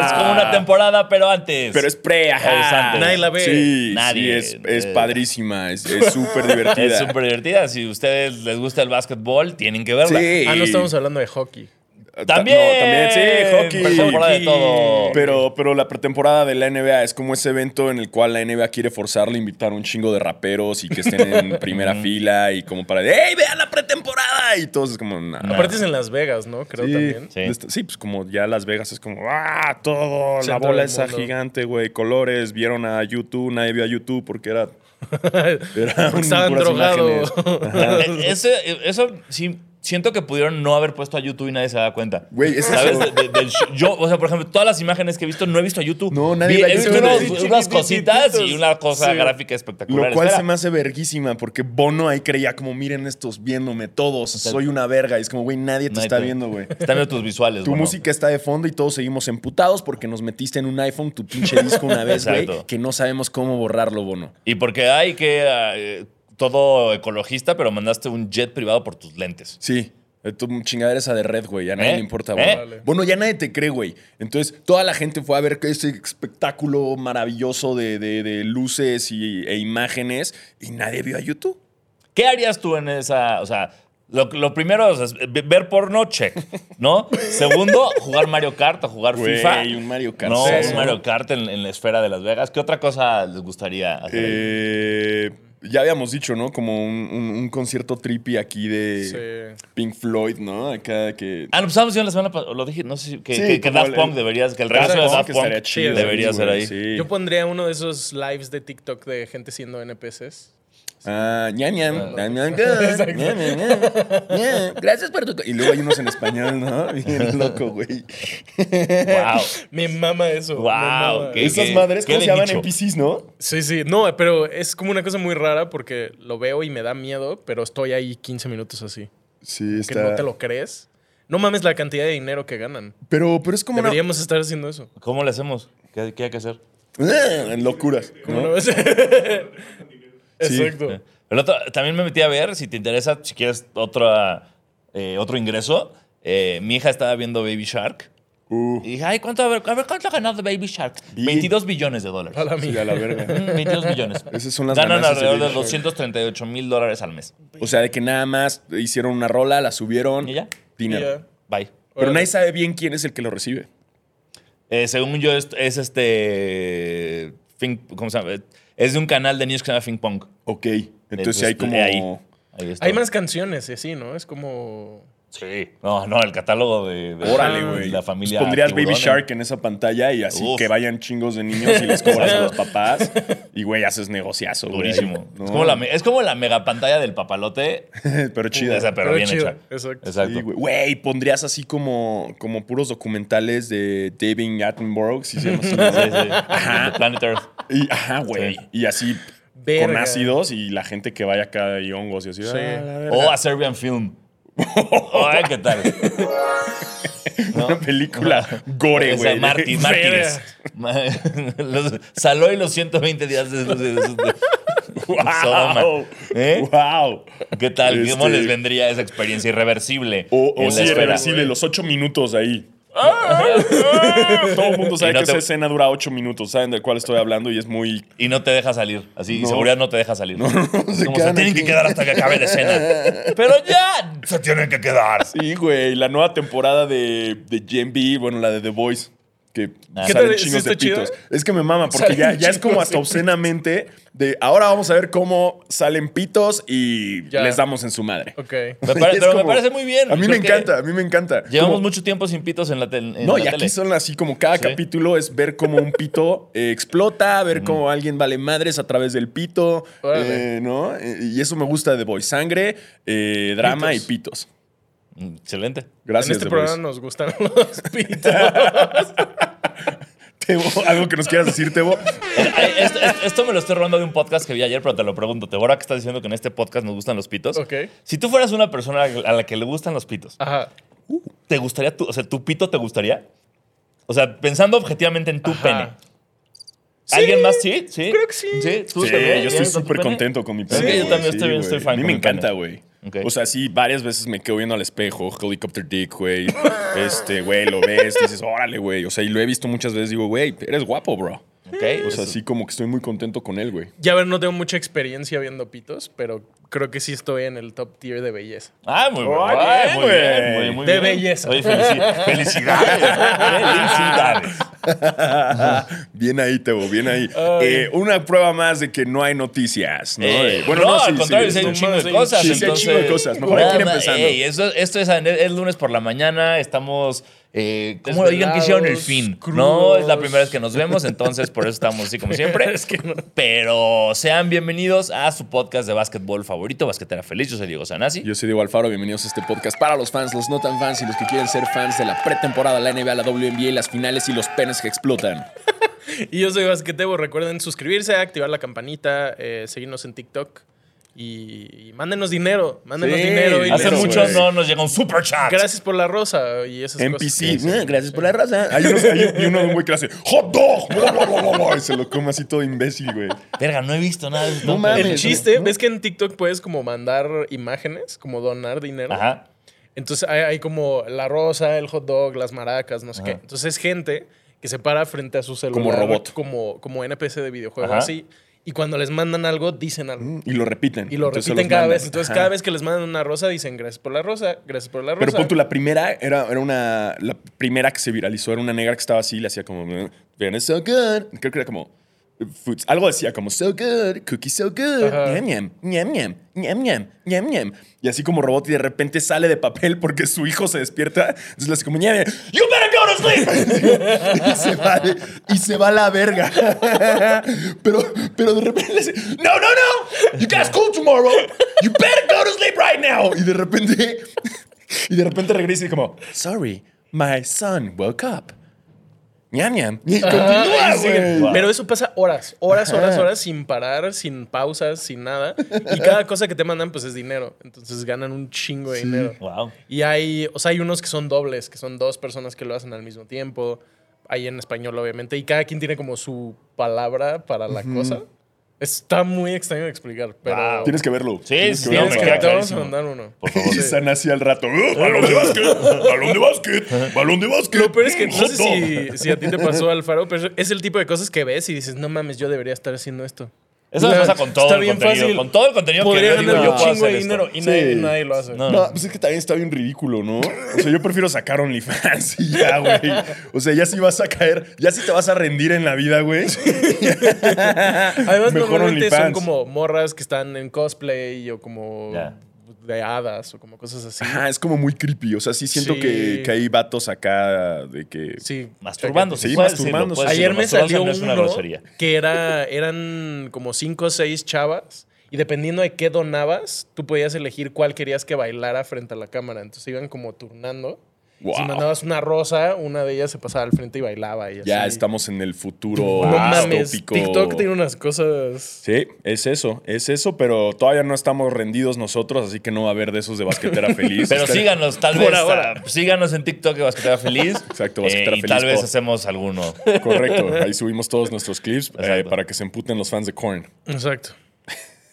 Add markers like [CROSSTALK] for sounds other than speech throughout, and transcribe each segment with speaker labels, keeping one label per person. Speaker 1: es como una temporada, pero antes.
Speaker 2: Pero es pre, ajá.
Speaker 1: Nadie la ve.
Speaker 2: Sí,
Speaker 1: Nadie.
Speaker 2: sí, es, es padrísima, es es súper
Speaker 1: [LAUGHS]
Speaker 2: divertida.
Speaker 1: Es súper divertida. Si a ustedes les gusta el básquetbol, tienen que verla.
Speaker 2: Sí.
Speaker 3: Ah, no estamos hablando de hockey.
Speaker 2: Ta-
Speaker 1: También. Pues
Speaker 2: No, también, sí, hockey.
Speaker 1: Pretemporada de todo.
Speaker 2: Pero, pero la pretemporada de la NBA es como ese evento en el cual la NBA quiere forzarle a invitar un chingo de raperos y que
Speaker 1: [LAUGHS]
Speaker 2: estén en primera fila y como para de ¡Ey, vean la pretemporada! Y todos es como, nah.
Speaker 3: Aparte es en Las Vegas, ¿no? Creo
Speaker 2: Sí,
Speaker 3: también. [LAUGHS]
Speaker 1: Sí.
Speaker 2: Está- sí, pues como ya Las Vegas es como, ¡ah! Todo, la
Speaker 3: Centro
Speaker 2: bola
Speaker 3: del
Speaker 2: esa
Speaker 3: mundo.
Speaker 2: gigante, güey, colores, vieron a YouTube, nadie vio a YouTube porque era. era un-
Speaker 3: Estaban
Speaker 2: puras
Speaker 3: drogados.
Speaker 2: imágenes. [LAUGHS]
Speaker 1: Eh, ese- eso sí. Siento que pudieron no haber puesto a YouTube y nadie se da cuenta.
Speaker 2: Güey, es
Speaker 1: ¿Sabes?
Speaker 2: eso.
Speaker 1: De- de- del sh- yo, o sea, por ejemplo, todas las imágenes que he visto no he visto a YouTube.
Speaker 2: No, nadie
Speaker 1: Vi-
Speaker 2: va a
Speaker 1: He
Speaker 2: YouTube.
Speaker 1: visto unos-
Speaker 2: Sí,
Speaker 1: unas cosititas y una cosa
Speaker 3: Sí.
Speaker 1: gráfica espectacular.
Speaker 2: Lo cual
Speaker 1: Espera.
Speaker 2: se me hace verguísima porque Bono ahí creía como, miren estos viéndome todos, soy una verga. Y es como, güey, nadie te
Speaker 1: Nadie
Speaker 2: está
Speaker 1: te-
Speaker 2: viendo, [LAUGHS] güey.
Speaker 1: Están viendo tus visuales,
Speaker 2: Tu
Speaker 1: bueno.
Speaker 2: música está de fondo y todos seguimos emputados porque nos metiste en un iPhone tu pinche disco una vez, güey,
Speaker 1: Exacto.
Speaker 2: que no sabemos cómo borrarlo, Bono.
Speaker 1: Y porque hay que. eh, todo ecologista, pero mandaste un jet privado por tus lentes.
Speaker 2: Sí. eh, Tu chingadera esa de red, güey. A nadie
Speaker 1: ¿Eh?
Speaker 2: le importa,
Speaker 1: ¿Eh?
Speaker 2: Bono.
Speaker 1: Vale.
Speaker 2: Bono, ya nadie te cree, güey. Entonces, toda la gente fue a ver ese espectáculo maravilloso de, de- de luces y- e imágenes y nadie vio a YouTube.
Speaker 1: ¿Qué harías tú en esa.? O sea, lo, lo primero o sea, es ve- ver porno, check, ¿no? Segundo, jugar Mario Kart o jugar
Speaker 2: Güey,
Speaker 1: FIFA.
Speaker 2: un Mario Kart.
Speaker 1: No,
Speaker 2: Sí,
Speaker 1: un
Speaker 2: ¿no?
Speaker 1: Mario Kart en, en la esfera de Las Vegas. ¿Qué otra cosa les gustaría hacer? ahí?
Speaker 2: Eh, ya habíamos dicho, ¿no? Como un, un- un concierto trippy aquí de
Speaker 3: Sí.
Speaker 2: Pink Floyd, ¿no? Acá que.
Speaker 1: Ah, no, pues estábamos diciendo la semana pasada, lo dije, no sé, si- que,
Speaker 2: Sí,
Speaker 1: que- que
Speaker 2: como
Speaker 1: Daft
Speaker 2: el-
Speaker 1: Punk deberías, que el
Speaker 2: Daft
Speaker 1: regreso de
Speaker 2: Punk
Speaker 1: Daft Punk
Speaker 2: estaría chido,
Speaker 1: debería
Speaker 2: sí,
Speaker 1: ser
Speaker 2: güey,
Speaker 1: ahí.
Speaker 2: sí.
Speaker 3: [LAUGHS] Yo pondría uno de esos lives de TikTok de gente siendo NPCs.
Speaker 2: Ah, ñan, ñan, ñan, ñan,
Speaker 3: [LAUGHS]
Speaker 2: ñan, ñan, ñan, ñan. Gracias por tu. co- Y luego hay unos en español,
Speaker 1: [LAUGHS]
Speaker 2: ¿no? Bien loco, güey.
Speaker 1: Wow.
Speaker 3: Me mama eso. me
Speaker 1: Wow,
Speaker 3: mama.
Speaker 1: qué-
Speaker 2: Esas
Speaker 1: qué-
Speaker 2: madres,
Speaker 1: qué
Speaker 2: ¿cómo
Speaker 1: de
Speaker 2: se llaman
Speaker 1: nicho.
Speaker 2: NPCs, no?
Speaker 3: Sí, sí. No, pero es como una cosa muy rara porque lo veo y me da miedo, pero estoy ahí 15 minutos así.
Speaker 2: Sí,
Speaker 3: Que
Speaker 2: está.
Speaker 3: no te lo crees. No mames la cantidad de dinero que ganan.
Speaker 2: Pero, pero es como una.
Speaker 3: Deberíamos estar haciendo eso.
Speaker 1: ¿Cómo le hacemos? ¿Qué, qué hay que hacer?
Speaker 2: Ah, Locuras.
Speaker 3: ¿Cómo
Speaker 2: ¿no? [LAUGHS]
Speaker 3: no ves?
Speaker 2: Sí.
Speaker 3: Exacto.
Speaker 1: El otro, también me metí a ver, si te interesa, si quieres otra, eh, otro ingreso. eh, mi hija estaba viendo Baby Shark.
Speaker 2: Uh,
Speaker 1: Y dije, ay, ¿cuánto, a ver, a ver, ¿cuánto ha ganado Baby Shark?
Speaker 2: Bien.
Speaker 1: 22 billones de
Speaker 2: [LAUGHS]
Speaker 1: dólares.
Speaker 3: A la
Speaker 2: sí,
Speaker 3: mía.
Speaker 2: a la verga.
Speaker 1: Mm, 22 billones.
Speaker 2: Esas son las
Speaker 1: Ganan
Speaker 2: ganancias de
Speaker 1: alrededor de
Speaker 2: Baby Shark.
Speaker 1: 238 mil dólares al mes.
Speaker 2: O sea, de que nada más hicieron una rola, la subieron.
Speaker 1: ¿Y ya?
Speaker 2: Dinero.
Speaker 1: Bye.
Speaker 2: Pero nadie sabe bien quién es el que lo recibe.
Speaker 1: Eh, según yo, es, es este. Think- ¿Cómo se llama? Es de un canal de news que se llama Think Pong.
Speaker 2: Ok. Entonces, hay como.
Speaker 1: Ahí, ahí está.
Speaker 3: Hay más canciones y así, ¿no? Es como.
Speaker 1: Sí. No, no, el catálogo de. de-
Speaker 2: Órale,
Speaker 1: de
Speaker 2: güey.
Speaker 1: pues, La familia.
Speaker 2: Pues pondrías Baby
Speaker 1: Tiburón. ¿eh?
Speaker 2: Shark en esa pantalla y así
Speaker 1: Uf.
Speaker 2: que vayan chingos de niños y les cobras a los papás. Y, güey, haces negociazo, güey.
Speaker 1: Durísimo.
Speaker 2: No,
Speaker 1: Es, como la, me- es como la mega pantalla del papalote.
Speaker 2: Pero [LAUGHS] chida.
Speaker 1: Esa, pero,
Speaker 3: Pero
Speaker 1: bien
Speaker 3: chida,
Speaker 1: hecha.
Speaker 3: exacto.
Speaker 2: Sí, güey. Güey, pondrías así como, como puros documentales de David Attenborough, si se llama así, ¿no?
Speaker 1: Sí, sí. De Planet Earth.
Speaker 2: Y, ajá, güey.
Speaker 1: Sí.
Speaker 2: Y así con
Speaker 3: Verga.
Speaker 2: ácidos y la gente que vaya acá y hongos y así.
Speaker 3: Sí.
Speaker 2: ah, la verga.
Speaker 1: O a Serbian
Speaker 2: [LAUGHS]
Speaker 1: Film. Ay, ¿qué tal?
Speaker 2: Una película gore,
Speaker 1: Esa,
Speaker 2: güey.
Speaker 1: Mártir- mártires. [LAUGHS] Los- Saló y los 120 días de, de- de- de- de Sodoma.
Speaker 2: ¡Wow!
Speaker 1: ¿Eh?
Speaker 2: ¡Wow!
Speaker 1: ¿Qué tal? ¿Cómo
Speaker 2: Este-
Speaker 1: les vendría esa experiencia irreversible?
Speaker 2: O, o
Speaker 1: en la
Speaker 2: sí,
Speaker 1: esfera?
Speaker 2: irreversible, los ocho minutos ahí. Todo el mundo
Speaker 1: [LAUGHS]
Speaker 2: sabe
Speaker 1: Y no
Speaker 2: que
Speaker 1: te-
Speaker 2: esa escena dura ocho minutos, saben del cual estoy hablando y es muy.
Speaker 1: Y no te deja salir. Así,
Speaker 2: No. [LAUGHS]
Speaker 1: seguridad no te deja salir.
Speaker 2: se
Speaker 1: Como se
Speaker 2: quedan
Speaker 1: tienen
Speaker 2: aquí.
Speaker 1: que quedar hasta que acabe la
Speaker 2: [LAUGHS]
Speaker 1: escena. Pero ya se tienen que quedar.
Speaker 2: Sí, güey, la nueva temporada de, de Gen B, bueno, la de The Voice. Que
Speaker 1: Ah.
Speaker 3: ¿Qué
Speaker 2: salen
Speaker 3: tal? ¿Sí
Speaker 2: chingos de
Speaker 3: está chida?
Speaker 2: pitos. Es que me mama, porque
Speaker 3: Salen
Speaker 2: ya, ya es como
Speaker 3: chingos
Speaker 2: hasta
Speaker 3: de
Speaker 2: obscenamente de ahora vamos a ver cómo salen pitos y
Speaker 3: Ya.
Speaker 2: les damos en su madre.
Speaker 3: Ok.
Speaker 1: Me pare-
Speaker 2: Y [LAUGHS] es
Speaker 1: pero me
Speaker 2: como-
Speaker 1: parece muy bien.
Speaker 2: A mí me
Speaker 1: Creo que
Speaker 2: encanta, a mí me encanta.
Speaker 1: Llevamos
Speaker 2: Como-
Speaker 1: mucho tiempo sin pitos en la, tel- en
Speaker 2: No,
Speaker 1: la
Speaker 2: y aquí
Speaker 1: tele.
Speaker 2: son así como cada
Speaker 1: Sí.
Speaker 2: capítulo es ver cómo un
Speaker 1: [LAUGHS]
Speaker 2: pito eh, explota, ver cómo alguien vale madres a través del pito,
Speaker 3: Órale.
Speaker 2: eh, ¿no? Eh, Y eso me gusta de Boy. Sangre, eh, drama y pitos.
Speaker 1: Mm, Excelente.
Speaker 2: Gracias,
Speaker 3: en este
Speaker 2: The
Speaker 3: programa
Speaker 2: Boys.
Speaker 3: nos gustaron los pitos.
Speaker 2: [LAUGHS] Tebo? ¿Algo que nos quieras decir, Tebo?
Speaker 1: Ay, Esto, esto- esto me lo estoy robando de un podcast que vi ayer, pero te lo pregunto. Te ahora que estás diciendo que en este podcast nos gustan los pitos.
Speaker 3: Ok.
Speaker 1: Si tú fueras una persona a la que le gustan los pitos,
Speaker 3: Ajá.
Speaker 1: ¿te gustaría tu, o sea, tu pito te gustaría? O sea, pensando objetivamente en tu
Speaker 3: Ajá.
Speaker 1: pene. ¿Alguien más? ¿Sí? ¿Sí?
Speaker 3: creo que sí.
Speaker 1: ¿Sí? [LAUGHS] ¿Tú
Speaker 2: Sí,
Speaker 1: también?
Speaker 2: yo estoy
Speaker 1: ¿Bien con tu
Speaker 2: súper
Speaker 1: pene?
Speaker 2: contento con mi pene.
Speaker 1: Sí, yo
Speaker 2: güey.
Speaker 1: también estoy bien,
Speaker 2: güey.
Speaker 1: estoy fan
Speaker 2: A mí
Speaker 1: con
Speaker 2: me
Speaker 1: mi pene.
Speaker 2: encanta, güey.
Speaker 1: Ok.
Speaker 2: O sea, sí, varias veces me quedo viendo al espejo, helicopter dick, güey. Este, güey, lo ves, dices, órale, güey. O sea, y lo he visto muchas veces, digo, güey, eres guapo, bro.
Speaker 1: Ok, pues
Speaker 2: O sea,
Speaker 1: eso-
Speaker 2: sí, como que estoy muy contento con él, güey.
Speaker 3: Ya a ver, no tengo mucha experiencia viendo pitos, pero creo que sí estoy en el top tier de belleza.
Speaker 1: Ah, muy bueno.
Speaker 2: Muy
Speaker 1: Ay,
Speaker 2: bien,
Speaker 1: muy bien,
Speaker 2: güey.
Speaker 1: muy, muy
Speaker 3: De
Speaker 1: bien.
Speaker 3: belleza.
Speaker 1: Oye,
Speaker 2: [LAUGHS]
Speaker 1: felici- felicidades. felicidades.
Speaker 2: Ah, Bien ahí, Tebo, bien ahí. Eh, una prueba más de que no hay noticias, ¿no?
Speaker 1: Eh,
Speaker 2: Eh,
Speaker 1: no,
Speaker 2: sí,
Speaker 1: al contrario,
Speaker 2: sí,
Speaker 1: sí, hay
Speaker 2: no
Speaker 1: un chingo
Speaker 2: mames,
Speaker 1: de
Speaker 2: hay un
Speaker 1: cosas.
Speaker 2: chingo- sí, hay un
Speaker 1: entonces,
Speaker 2: chingo de cosas. Mejor hay que ir
Speaker 1: Nada,
Speaker 2: empezando.
Speaker 1: ey, eso- esto es, es lunes por la mañana, estamos, eh, como lo digan que hicieron el fin, ¿no?
Speaker 3: Desvelados,
Speaker 1: Es la primera vez que nos vemos, entonces por eso estamos así como siempre.
Speaker 3: Es que no.
Speaker 1: Pero sean bienvenidos a su podcast de básquetbol favorito, Basquetera Feliz. Yo soy Diego Sanasi.
Speaker 2: Yo soy Diego Alfaro, bienvenidos a este podcast para los fans, los no tan fans y los que quieren ser fans de la pretemporada, la NBA, la WNBA, las finales y los penes que explotan.
Speaker 3: Y yo soy Basquetebo. Recuerden suscribirse, activar la campanita, eh, seguirnos en TikTok y, y mándenos dinero. Mándenos
Speaker 2: Sí,
Speaker 3: dinero. y
Speaker 1: Hace
Speaker 2: Pero,
Speaker 3: dinero,
Speaker 1: mucho
Speaker 2: güey.
Speaker 1: no nos llega un super chat.
Speaker 3: Gracias por la rosa y esas cosas.
Speaker 2: NPC, eh, gracias por la raza. Hay uno, hay un- y uno de un güey que le hace hot dog, bla, bla, bla, bla, bla, [LAUGHS] y se lo come así todo imbécil, güey.
Speaker 1: Verga, no he visto nada de esto.
Speaker 2: No mames.
Speaker 3: El chiste, ves que en TikTok puedes como mandar imágenes, como donar dinero.
Speaker 1: Ajá.
Speaker 3: Entonces hay, hay como la rosa, el hot dog, las maracas, no sé qué. Entonces es gente que se para frente a su celular.
Speaker 2: robot.
Speaker 3: Como, como NPC de videojuego,
Speaker 1: Ajá.
Speaker 3: así. Y cuando les mandan algo, dicen algo.
Speaker 2: Y lo repiten.
Speaker 3: Y lo
Speaker 2: Mm. Entonces se
Speaker 3: repiten
Speaker 2: los
Speaker 3: cada
Speaker 2: mandan.
Speaker 3: vez. Entonces,
Speaker 2: Ajá.
Speaker 3: cada vez que les mandan una rosa, dicen gracias por la rosa, gracias por la rosa.
Speaker 2: Pero pon tú, la primera era, era una. La primera que se viralizó era una negra que estaba así y le hacía como. Vienes so good. Creo que era como. foods. Algo decía como so good, cookie so good.
Speaker 3: Ajá.
Speaker 2: Ñam, ñam, ñam, ñam, ñam, ñam, ñam, ñam. Y así como robot y de repente sale de papel porque su hijo se despierta. Entonces le hace como ñam, ñam. You better go to sleep. [LAUGHS] y, se va, y se va a la verga. [LAUGHS] pero, pero de repente le dice, no, no, no. You guys cool tomorrow. You better go to sleep right now. Y de repente. Y de repente regresa y como, sorry, my son woke up. Ñam, ñam. Y continúa,
Speaker 3: Ah, y sigue.
Speaker 2: güey.
Speaker 3: Pero eso pasa horas, horas, horas, horas, sin parar, sin pausas, sin nada. Y cada cosa que te mandan, pues es dinero. Entonces ganan un chingo de dinero.
Speaker 1: Wow.
Speaker 3: Y hay, o sea, hay unos que son dobles, que son dos personas que lo hacen al mismo tiempo. Hay en español, obviamente. Y cada quien tiene como su palabra para la cosa. Está muy extraño de explicar, pero.
Speaker 1: Wow.
Speaker 2: Tienes que verlo.
Speaker 1: Sí,
Speaker 2: Tienes
Speaker 1: sí,
Speaker 2: que verlo.
Speaker 1: me
Speaker 3: Tienes
Speaker 1: queda
Speaker 3: que- te vamos a
Speaker 1: clarísimo.
Speaker 3: mandar uno.
Speaker 1: Por favor.
Speaker 2: Y sana así al rato. "Eh, Balón de básquet, balón de básquet, balón de básquet.
Speaker 3: Lo peor es que no
Speaker 2: Hot
Speaker 3: sé
Speaker 1: [LAUGHS]
Speaker 2: dog".
Speaker 3: si, si a ti te pasó, Alfaro, pero es el tipo de cosas que ves y dices, no mames, yo debería estar haciendo esto.
Speaker 1: Eso me
Speaker 3: Claro,
Speaker 1: pasa con todo
Speaker 3: está
Speaker 1: el
Speaker 3: bien
Speaker 1: contenido.
Speaker 3: fácil.
Speaker 1: Con todo el contenido que
Speaker 3: Podría
Speaker 1: yo digo,
Speaker 3: ganar
Speaker 1: yo
Speaker 3: un
Speaker 1: puedo
Speaker 3: chingo
Speaker 1: hacer
Speaker 3: de
Speaker 1: esto.
Speaker 3: dinero y
Speaker 2: Sí.
Speaker 3: nadie, nadie lo hace.
Speaker 1: No,
Speaker 2: No, pues es que también está bien ridículo, ¿no? O sea, yo prefiero sacar OnlyFans y ya, güey. O sea, ya si vas a caer, ya si te vas a rendir en la vida, güey.
Speaker 3: [LAUGHS]
Speaker 2: Mejor
Speaker 3: Además, normalmente son
Speaker 2: OnlyFans.
Speaker 3: como morras que están en cosplay o como
Speaker 1: Ya.
Speaker 3: de hadas o como cosas así.
Speaker 2: Ajá, es como muy creepy. O sea, sí siento
Speaker 3: Sí.
Speaker 2: que, que hay vatos acá de que.
Speaker 3: Sí.
Speaker 1: Masturbándose.
Speaker 2: Sí,
Speaker 1: puedes decirlo,
Speaker 2: masturbándose.
Speaker 1: puedes
Speaker 3: Ayer
Speaker 1: decirlo,
Speaker 3: me salió
Speaker 1: masturbarse no es una grosería.
Speaker 3: uno que era, eran como cinco o seis chavas y dependiendo de qué donabas, tú podías elegir cuál querías que bailara frente a la cámara. Entonces iban como turnando.
Speaker 2: Wow.
Speaker 3: Si mandabas una rosa, una de ellas se pasaba al frente y bailaba. Y
Speaker 2: Ya
Speaker 3: así.
Speaker 2: estamos en el futuro
Speaker 3: No mames,
Speaker 2: distópico.
Speaker 3: TikTok tiene unas cosas...
Speaker 2: Sí, es eso, es eso, pero todavía no estamos rendidos nosotros, así que no va a haber de esos de
Speaker 3: [LAUGHS]
Speaker 2: basquetera feliz.
Speaker 1: Pero
Speaker 2: Espera-
Speaker 1: síganos, tal
Speaker 3: Por
Speaker 1: vez.
Speaker 3: ahora.
Speaker 1: ah, Síganos en TikTok de Basquetera Feliz. Eh,
Speaker 2: Exacto, Basquetera
Speaker 1: Y
Speaker 2: Feliz
Speaker 1: tal vez
Speaker 2: Pod.
Speaker 1: hacemos alguno.
Speaker 2: Correcto, ahí subimos todos nuestros clips eh,
Speaker 1: Exacto.
Speaker 2: para que se emputen los fans de Korn. [LAUGHS]
Speaker 3: Exacto.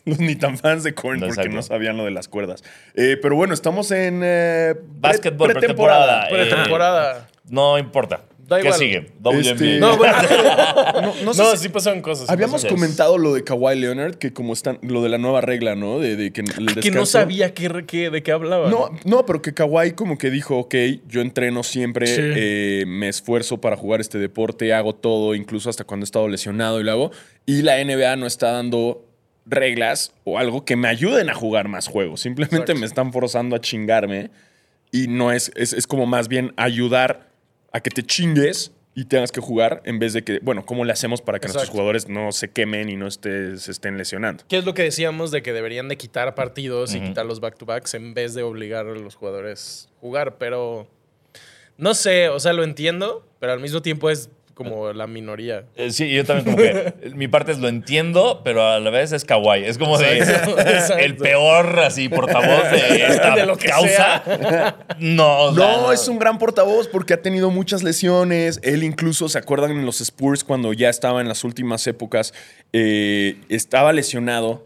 Speaker 2: Los ni tan fans de Korn porque
Speaker 1: Exacto.
Speaker 2: no sabían lo de las cuerdas. Eh, pero bueno, estamos en... eh, pre-
Speaker 1: Básquetbol, pretemporada.
Speaker 3: Pero
Speaker 1: Eh,
Speaker 3: temporada...
Speaker 1: No importa.
Speaker 3: Da
Speaker 1: ¿Qué
Speaker 3: igual.
Speaker 1: sigue? WNBA. [LAUGHS]
Speaker 2: Este-
Speaker 3: No, bueno,
Speaker 2: No, no
Speaker 3: [LAUGHS] no,
Speaker 2: sé si-
Speaker 3: sí pasaron cosas. sí
Speaker 2: Habíamos
Speaker 1: Sí.
Speaker 2: comentado lo de Kawhi Leonard, que como están, lo de la nueva regla, ¿no? De, de que el
Speaker 3: pasaron- Ah, Que no
Speaker 2: descanso-
Speaker 3: sabía qué, qué- de qué hablaba.
Speaker 2: No, no, pero que Kawhi como que dijo, ok, yo entreno siempre,
Speaker 3: Sí.
Speaker 2: eh, me esfuerzo para jugar este deporte, hago todo, incluso hasta cuando he estado lesionado y lo hago. Y la NBA no está dando reglas o algo que me ayuden a jugar más juegos. Simplemente
Speaker 3: Exacto.
Speaker 2: me están forzando a chingarme y no es, es, es como más bien ayudar a que te chingues y tengas que jugar en vez de que, bueno, ¿cómo le hacemos para que nuestros
Speaker 3: Exacto.
Speaker 2: jugadores no se quemen y no esté- se estén lesionando?
Speaker 3: ¿Qué es lo que decíamos de que deberían de quitar partidos y quitar los back-to-backs en vez de obligar a los jugadores a jugar? Pero no sé, o sea, lo entiendo, pero al mismo tiempo es como
Speaker 2: Ah.
Speaker 3: la minoría.
Speaker 1: Eh, Sí, yo también como que mi parte es lo entiendo, pero a la vez es kawaii. Es como de
Speaker 3: Exacto, exacto.
Speaker 1: [LAUGHS] el peor así portavoz de esta
Speaker 3: [LAUGHS] De lo que
Speaker 1: causa. No, o sea,
Speaker 2: No, es un gran portavoz porque ha tenido muchas lesiones. Él incluso, ¿se acuerdan en los Spurs cuando ya estaba en las últimas épocas? Eh, estaba lesionado.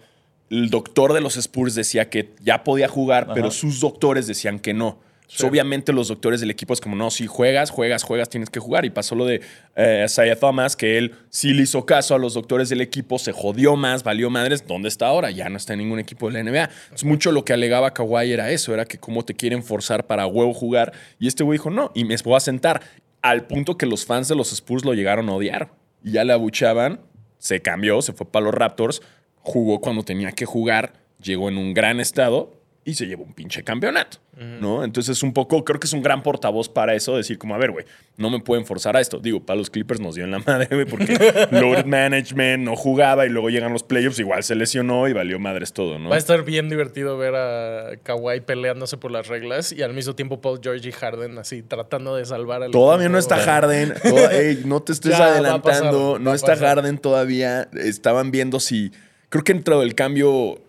Speaker 2: El doctor de los Spurs decía que ya podía jugar, pero sus doctores decían que no. Entonces, obviamente los doctores del equipo es como, no, si juegas, juegas, juegas, tienes que jugar. Y pasó lo de eh, Isaiah Thomas, que él sí le hizo caso a los doctores del equipo, se jodió más, valió madres. ¿Dónde está ahora? Ya no está en ningún equipo de la NBA. Es mucho lo que alegaba Kawhi era eso, era que cómo te quieren forzar para huevo jugar. Y este güey dijo, no, y me voy a sentar. Al punto que los fans de los Spurs lo llegaron a odiar. Y ya le abuchaban, se cambió, se fue para los Raptors, jugó cuando tenía que jugar, llegó en un gran estado y se llevó un pinche campeonato, ¿no? Entonces, un poco, creo que es un gran portavoz para eso, decir como, a ver, güey, no me pueden forzar a esto. Digo, para los Clippers nos dio en la [LAUGHS] madre, güey, porque loaded management no jugaba y luego llegan los playoffs, igual se lesionó y valió madres todo, ¿no?
Speaker 3: Va a estar bien divertido ver a Kawhi peleándose por las reglas y al mismo tiempo Paul George y Harden así tratando de salvar al
Speaker 2: Todavía
Speaker 3: equipo.
Speaker 2: no está
Speaker 3: [LAUGHS]
Speaker 2: Harden. Toda- ey, no te estés
Speaker 3: Ya, va a
Speaker 2: adelantando.
Speaker 3: pasar, va
Speaker 2: no
Speaker 3: a
Speaker 2: está
Speaker 3: pasar.
Speaker 2: Harden todavía. Estaban viendo si. Creo que entrado el cambio.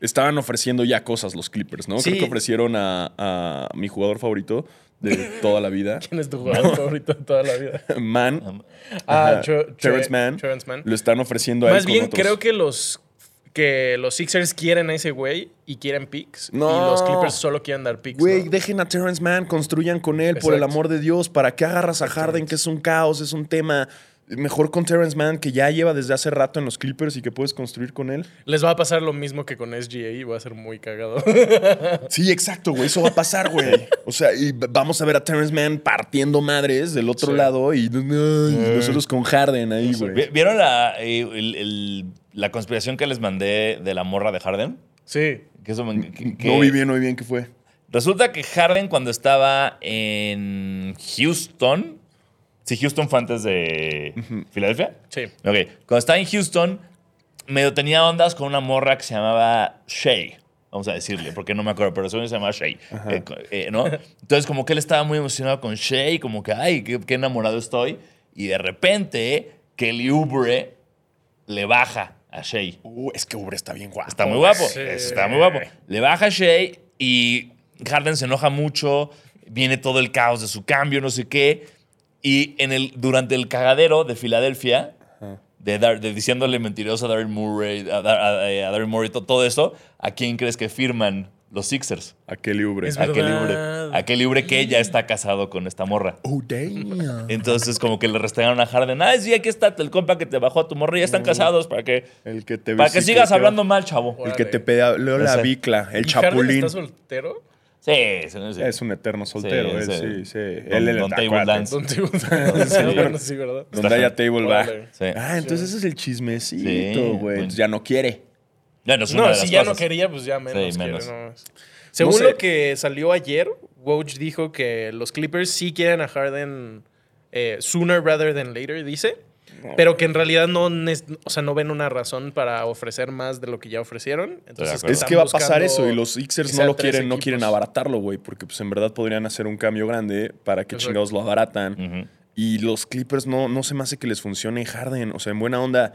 Speaker 2: Estaban ofreciendo ya cosas los Clippers, ¿no?
Speaker 1: Sí.
Speaker 2: Creo que ofrecieron a, a mi jugador favorito de toda la vida.
Speaker 3: [LAUGHS] ¿Quién es tu jugador favorito de toda la vida?
Speaker 2: Man.
Speaker 3: Ah,
Speaker 2: [LAUGHS] Ajá.
Speaker 3: Tre- Tre-
Speaker 2: Terrence Mann.
Speaker 3: Terrence Mann.
Speaker 2: Lo están ofreciendo a él
Speaker 3: Más
Speaker 2: con
Speaker 3: bien
Speaker 2: otros.
Speaker 3: creo que los que los Sixers quieren a ese güey y quieren picks
Speaker 2: No.
Speaker 3: y los Clippers solo quieren dar picks.
Speaker 2: Güey,
Speaker 3: ¿no?
Speaker 2: dejen a Terrence Mann, construyan con él, por el
Speaker 3: Exacto.
Speaker 2: amor de Dios. ¿Para qué agarras a Harden, que es un caos, es un tema? Mejor con Terrence Mann, que ya lleva desde hace rato en los Clippers y que puedes construir con él.
Speaker 3: Les va a pasar lo mismo que con SGA y va a ser muy cagado. [LAUGHS]
Speaker 2: Sí, exacto, güey. Eso va a pasar, [LAUGHS] güey. O sea, y v- vamos a ver a Terrence Mann partiendo madres del otro
Speaker 3: Sí.
Speaker 2: lado y, ay, nosotros con Harden ahí,
Speaker 1: ¿vi-
Speaker 2: güey.
Speaker 1: ¿Vieron la, eh, el- el- la conspiración que les mandé de la morra de Harden?
Speaker 3: sí.
Speaker 1: Que eso me- que- que-
Speaker 2: No vi bien, no vi bien qué fue.
Speaker 1: Resulta que Harden cuando estaba en Houston, sí, Houston fue antes de Filadelfia.
Speaker 3: Sí.
Speaker 1: Ok, cuando estaba en Houston, medio tenía ondas con una morra que se llamaba Shay. Vamos a decirle, porque no me acuerdo, pero según yo se llamaba Shay. eh, co- eh, ¿no? Entonces, como que él estaba muy emocionado con Shay, como que, ay, qué, qué enamorado estoy. Y de repente, Kelly Oubre le baja a Shay.
Speaker 2: Uh, es que Ubre está bien guapo.
Speaker 1: Está muy guapo.
Speaker 3: Sí.
Speaker 1: Eso Está muy guapo. Le baja Shea y Harden se enoja mucho. Viene todo el caos de su cambio, no sé qué. Y en el, durante el cagadero de Filadelfia, de, Dar- de diciéndole mentiroso a Darren Murray, a, Dar- a- eh, a Darren Murray, to- todo eso, ¿a quién crees que firman los Sixers?
Speaker 2: A Kelly Ubre.
Speaker 3: Es
Speaker 1: A Kelly
Speaker 3: verdad.
Speaker 1: Oubre. A Kelly Oubre que ya está casado con esta morra.
Speaker 2: Oh, damn.
Speaker 1: Entonces, como que le restauraron a Harden. Ah, sí, aquí está el compa que te bajó a tu morra. Ya están casados para que,
Speaker 2: El que te
Speaker 1: para que
Speaker 2: besiqueteó.
Speaker 1: sigas hablando mal, chavo.
Speaker 2: El que te pedaleó la
Speaker 1: Ese.
Speaker 2: bicla, el
Speaker 3: ¿Y Harden
Speaker 2: chapulín.
Speaker 3: está soltero?
Speaker 1: Sí, sí, sí.
Speaker 2: Es un eterno soltero,
Speaker 1: Sí, sí.
Speaker 2: él, sí, sí.
Speaker 1: Don-
Speaker 2: él el
Speaker 1: Don Table Dance.
Speaker 2: [LAUGHS]
Speaker 3: ¿Dónde [LAUGHS] bueno, sí, ¿verdad?
Speaker 2: Donde haya table back.
Speaker 3: Órale.
Speaker 1: Sí.
Speaker 2: Ah, entonces ese es
Speaker 1: Sí,
Speaker 2: el
Speaker 1: pues.
Speaker 2: chismecito, güey.
Speaker 1: bueno.
Speaker 2: Entonces ya no quiere.
Speaker 1: Bueno, es una
Speaker 3: No,
Speaker 1: de
Speaker 3: si
Speaker 1: las
Speaker 3: ya no
Speaker 1: cosas.
Speaker 3: quería, pues ya menos.
Speaker 1: Sí,
Speaker 3: quiere,
Speaker 1: menos.
Speaker 3: no más. Según
Speaker 2: sé.
Speaker 3: lo que salió ayer, Woj dijo que los Clippers sí quieren a Harden eh, sooner rather than later, dice. Pero que en realidad no, nes- o sea, no ven una razón para ofrecer más de lo que ya ofrecieron. Entonces,
Speaker 1: acuerdo.
Speaker 2: Es
Speaker 3: están
Speaker 2: que va a pasar
Speaker 3: buscando
Speaker 2: eso y los
Speaker 3: que
Speaker 2: Sixers no
Speaker 3: sean
Speaker 2: lo
Speaker 3: tres
Speaker 2: quieren, no quieren
Speaker 3: equipos.
Speaker 2: abaratarlo, güey, porque pues en verdad podrían hacer un cambio grande para que
Speaker 3: Exacto.
Speaker 2: chingados lo abaratan.
Speaker 1: Ujú.
Speaker 2: Y los Clippers no, no se me hace que les funcione Harden, o sea, en buena onda.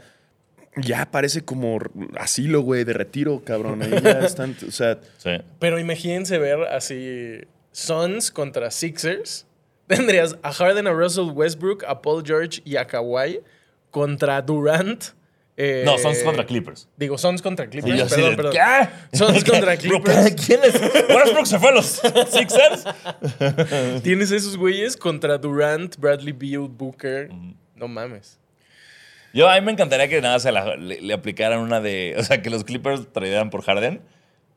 Speaker 2: Ya parece como r- asilo, güey, de retiro, cabrón. Ahí ya están,
Speaker 1: [LAUGHS]
Speaker 2: o sea,
Speaker 1: Sí.
Speaker 3: Pero imagínense ver así Suns contra Sixers. [LAUGHS] Tendrías a Harden, a Russell Westbrook, a Paul George y a Kawhi contra Durant. eh,
Speaker 1: No, Suns contra Clippers.
Speaker 3: Digo, Suns contra Clippers.
Speaker 1: Y yo así
Speaker 3: perdón,
Speaker 1: de,
Speaker 3: perdón.
Speaker 1: ¿qué? [LAUGHS]
Speaker 3: Suns contra
Speaker 1: Bro,
Speaker 3: Clippers.
Speaker 1: ¿Quién es? Westbrook se fue a los [LAUGHS] Sixers.
Speaker 3: Tienes esos güeyes contra Durant, Bradley Beal, Booker. No mames.
Speaker 1: Yo a mí me encantaría que nada se la- le, le aplicaran una de. O sea, que los Clippers tradearan por Harden.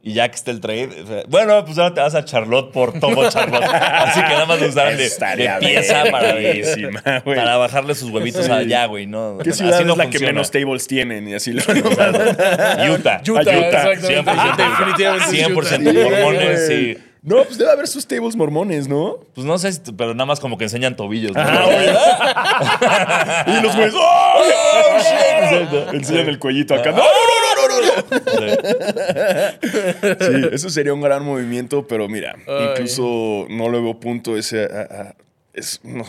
Speaker 1: Y ya que esté el trade. o sea, bueno, pues ahora te vas a Charlotte por Tomo Charlotte. Así que nada más lo usaran de, de
Speaker 2: Estaría
Speaker 1: pieza para,
Speaker 2: [LAUGHS] verguísima, güey.
Speaker 1: para bajarle sus huevitos
Speaker 2: Sí.
Speaker 1: allá, güey. No,
Speaker 2: ¿qué
Speaker 1: así
Speaker 2: ciudad
Speaker 1: no
Speaker 2: es la que
Speaker 1: funciona.
Speaker 2: menos tables tienen? Y así [LAUGHS] lo
Speaker 1: Utah.
Speaker 2: Utah,
Speaker 3: exactamente. Ah,
Speaker 1: 100%
Speaker 3: Definitivamente es
Speaker 2: [LAUGHS]
Speaker 3: Utah.
Speaker 1: 100% mormones,
Speaker 2: güey.
Speaker 1: sí.
Speaker 2: No, pues debe haber sus tables mormones, ¿no?
Speaker 1: Pues no sé, si- pero nada más como que enseñan tobillos.
Speaker 3: Ah,
Speaker 1: ¿no? Ah,
Speaker 2: Y los güeyes, ¡oh! Ah. oh, shit! Enseñan el cuellito acá. ¡No, no, no, no, no! no! Sí, eso sería un gran movimiento, pero mira,
Speaker 3: Ay.
Speaker 2: incluso no le veo punto ese. a- a- ah, es, no.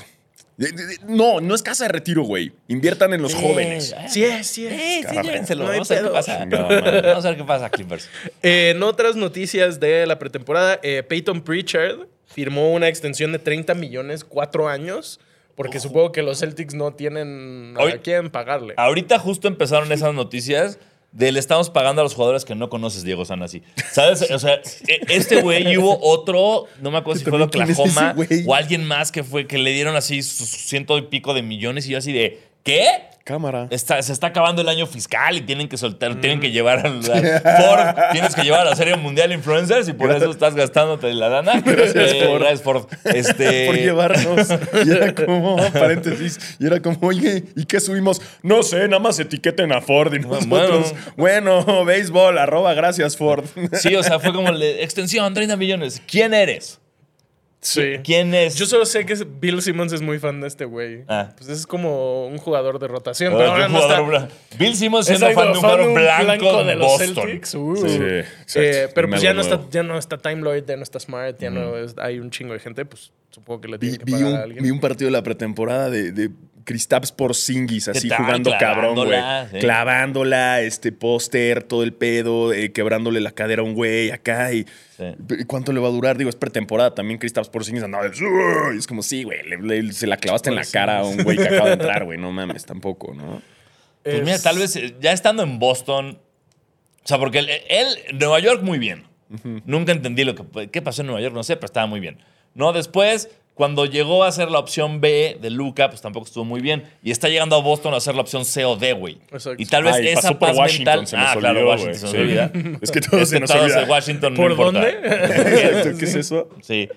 Speaker 2: De- de- de- No, no es casa de retiro, güey. Inviertan en los jóvenes.
Speaker 3: Sí es, sí es.
Speaker 1: Sí, sí,
Speaker 2: Carajo.
Speaker 1: llévenselo.
Speaker 3: No hay
Speaker 1: Vamos a ver qué
Speaker 3: pedo.
Speaker 1: pasa.
Speaker 2: Chingada madre.
Speaker 1: Vamos a ver qué pasa, Clippers.
Speaker 3: Eh, en otras noticias de la pretemporada, eh, Peyton Pritchard firmó una extensión de 30 millones, cuatro años, porque supongo que los Celtics no tienen a
Speaker 1: Hoy- Ah,
Speaker 3: quién pagarle.
Speaker 1: Ahorita justo empezaron esas noticias del estamos pagando a los jugadores que no conoces, Diego Sanasi. ¿Sabes? O sea, e- este güey y hubo otro, no me acuerdo si fue de
Speaker 2: También, ¿quién es
Speaker 1: Oklahoma
Speaker 2: ese güey?
Speaker 1: o alguien más que fue que le dieron así sus ciento y pico de millones y yo así de ¿qué?
Speaker 2: Cámara.
Speaker 1: Está- se está acabando el año fiscal y tienen que soltar, tienen que llevar a la- Ford, tienes que llevar a la Serie Mundial Influencers y por eso estás gastándote la lana. Eh,
Speaker 2: Gracias, Ford.
Speaker 1: Gracias, Ford. Este,
Speaker 2: [LAUGHS] Por llevarnos. Eh, Y era como, paréntesis, y era como, oye, ¿y qué subimos? No sé, nada más etiqueten a Ford y nosotros. Bueno, béisbol, arroba, gracias, Ford.
Speaker 1: Sí, o sea, fue como le- extensión, 30 millones. ¿Quién eres?
Speaker 3: Sí.
Speaker 1: ¿Quién es?
Speaker 3: Yo solo sé que es- Bill Simmons es muy fan de este güey.
Speaker 1: Ah.
Speaker 3: Pues es como un jugador de rotación.
Speaker 1: Ah,
Speaker 3: pero
Speaker 1: qué
Speaker 3: ahora no
Speaker 1: jugador
Speaker 3: está.
Speaker 1: blanco. Bill Simmons siendo
Speaker 3: Exacto,
Speaker 1: fan de un jugador blanco de Boston.
Speaker 3: Celtics. uh.
Speaker 2: Sí,
Speaker 3: Eh,
Speaker 2: exacto.
Speaker 3: pero pues ya
Speaker 2: Melo
Speaker 3: no, está,
Speaker 2: nuevo.
Speaker 3: ya no está Time Lord, ya no está Smart, ya no es- hay un chingo de gente, pues supongo que le
Speaker 2: Vi,
Speaker 3: tienen que
Speaker 2: vi
Speaker 3: pagar a
Speaker 2: un,
Speaker 3: alguien.
Speaker 2: vi un partido de la pretemporada de, de Kristaps Porzingis así
Speaker 1: tal?
Speaker 2: jugando cabrón, güey.
Speaker 1: Clavándola, sí.
Speaker 2: Clavándola, este póster, todo el pedo, eh, quebrándole la cadera a un güey acá y
Speaker 1: Sí.
Speaker 2: ¿y ¿cuánto le va a durar? Digo, es pretemporada también Kristaps Porzingis andaba del- "Uy", es como sí, güey, le- le- se la clavaste en la cara a un güey que acaba de [LAUGHS] entrar, güey, no mames, tampoco, [LAUGHS] ¿no?
Speaker 1: Pues mira,
Speaker 3: Es-
Speaker 1: tal vez eh, ya estando en Boston. O sea, porque él, él- Nueva York muy bien. Nunca entendí lo que qué pasó en Nueva York, no sé, pero estaba muy bien. No, después, cuando llegó a ser la opción B de Luca, pues tampoco estuvo muy bien. Y está llegando a Boston a ser la opción C o D, güey.
Speaker 3: Exacto.
Speaker 1: Y tal vez
Speaker 2: Ay,
Speaker 1: esa
Speaker 2: Ah, pasó por
Speaker 1: paz
Speaker 2: Washington,
Speaker 1: mental.
Speaker 2: se nos
Speaker 1: ah,
Speaker 2: olvidó,
Speaker 1: claro,
Speaker 2: güey,
Speaker 1: Washington se
Speaker 2: sí.
Speaker 1: nos olvida.
Speaker 2: Es que todo
Speaker 1: Es
Speaker 2: se
Speaker 1: que
Speaker 2: nos
Speaker 1: todos
Speaker 2: olvida.
Speaker 1: en Washington no
Speaker 3: ¿Por
Speaker 1: importa.
Speaker 3: dónde?
Speaker 2: [LAUGHS] ¿Qué es eso? [LAUGHS]
Speaker 1: Sí.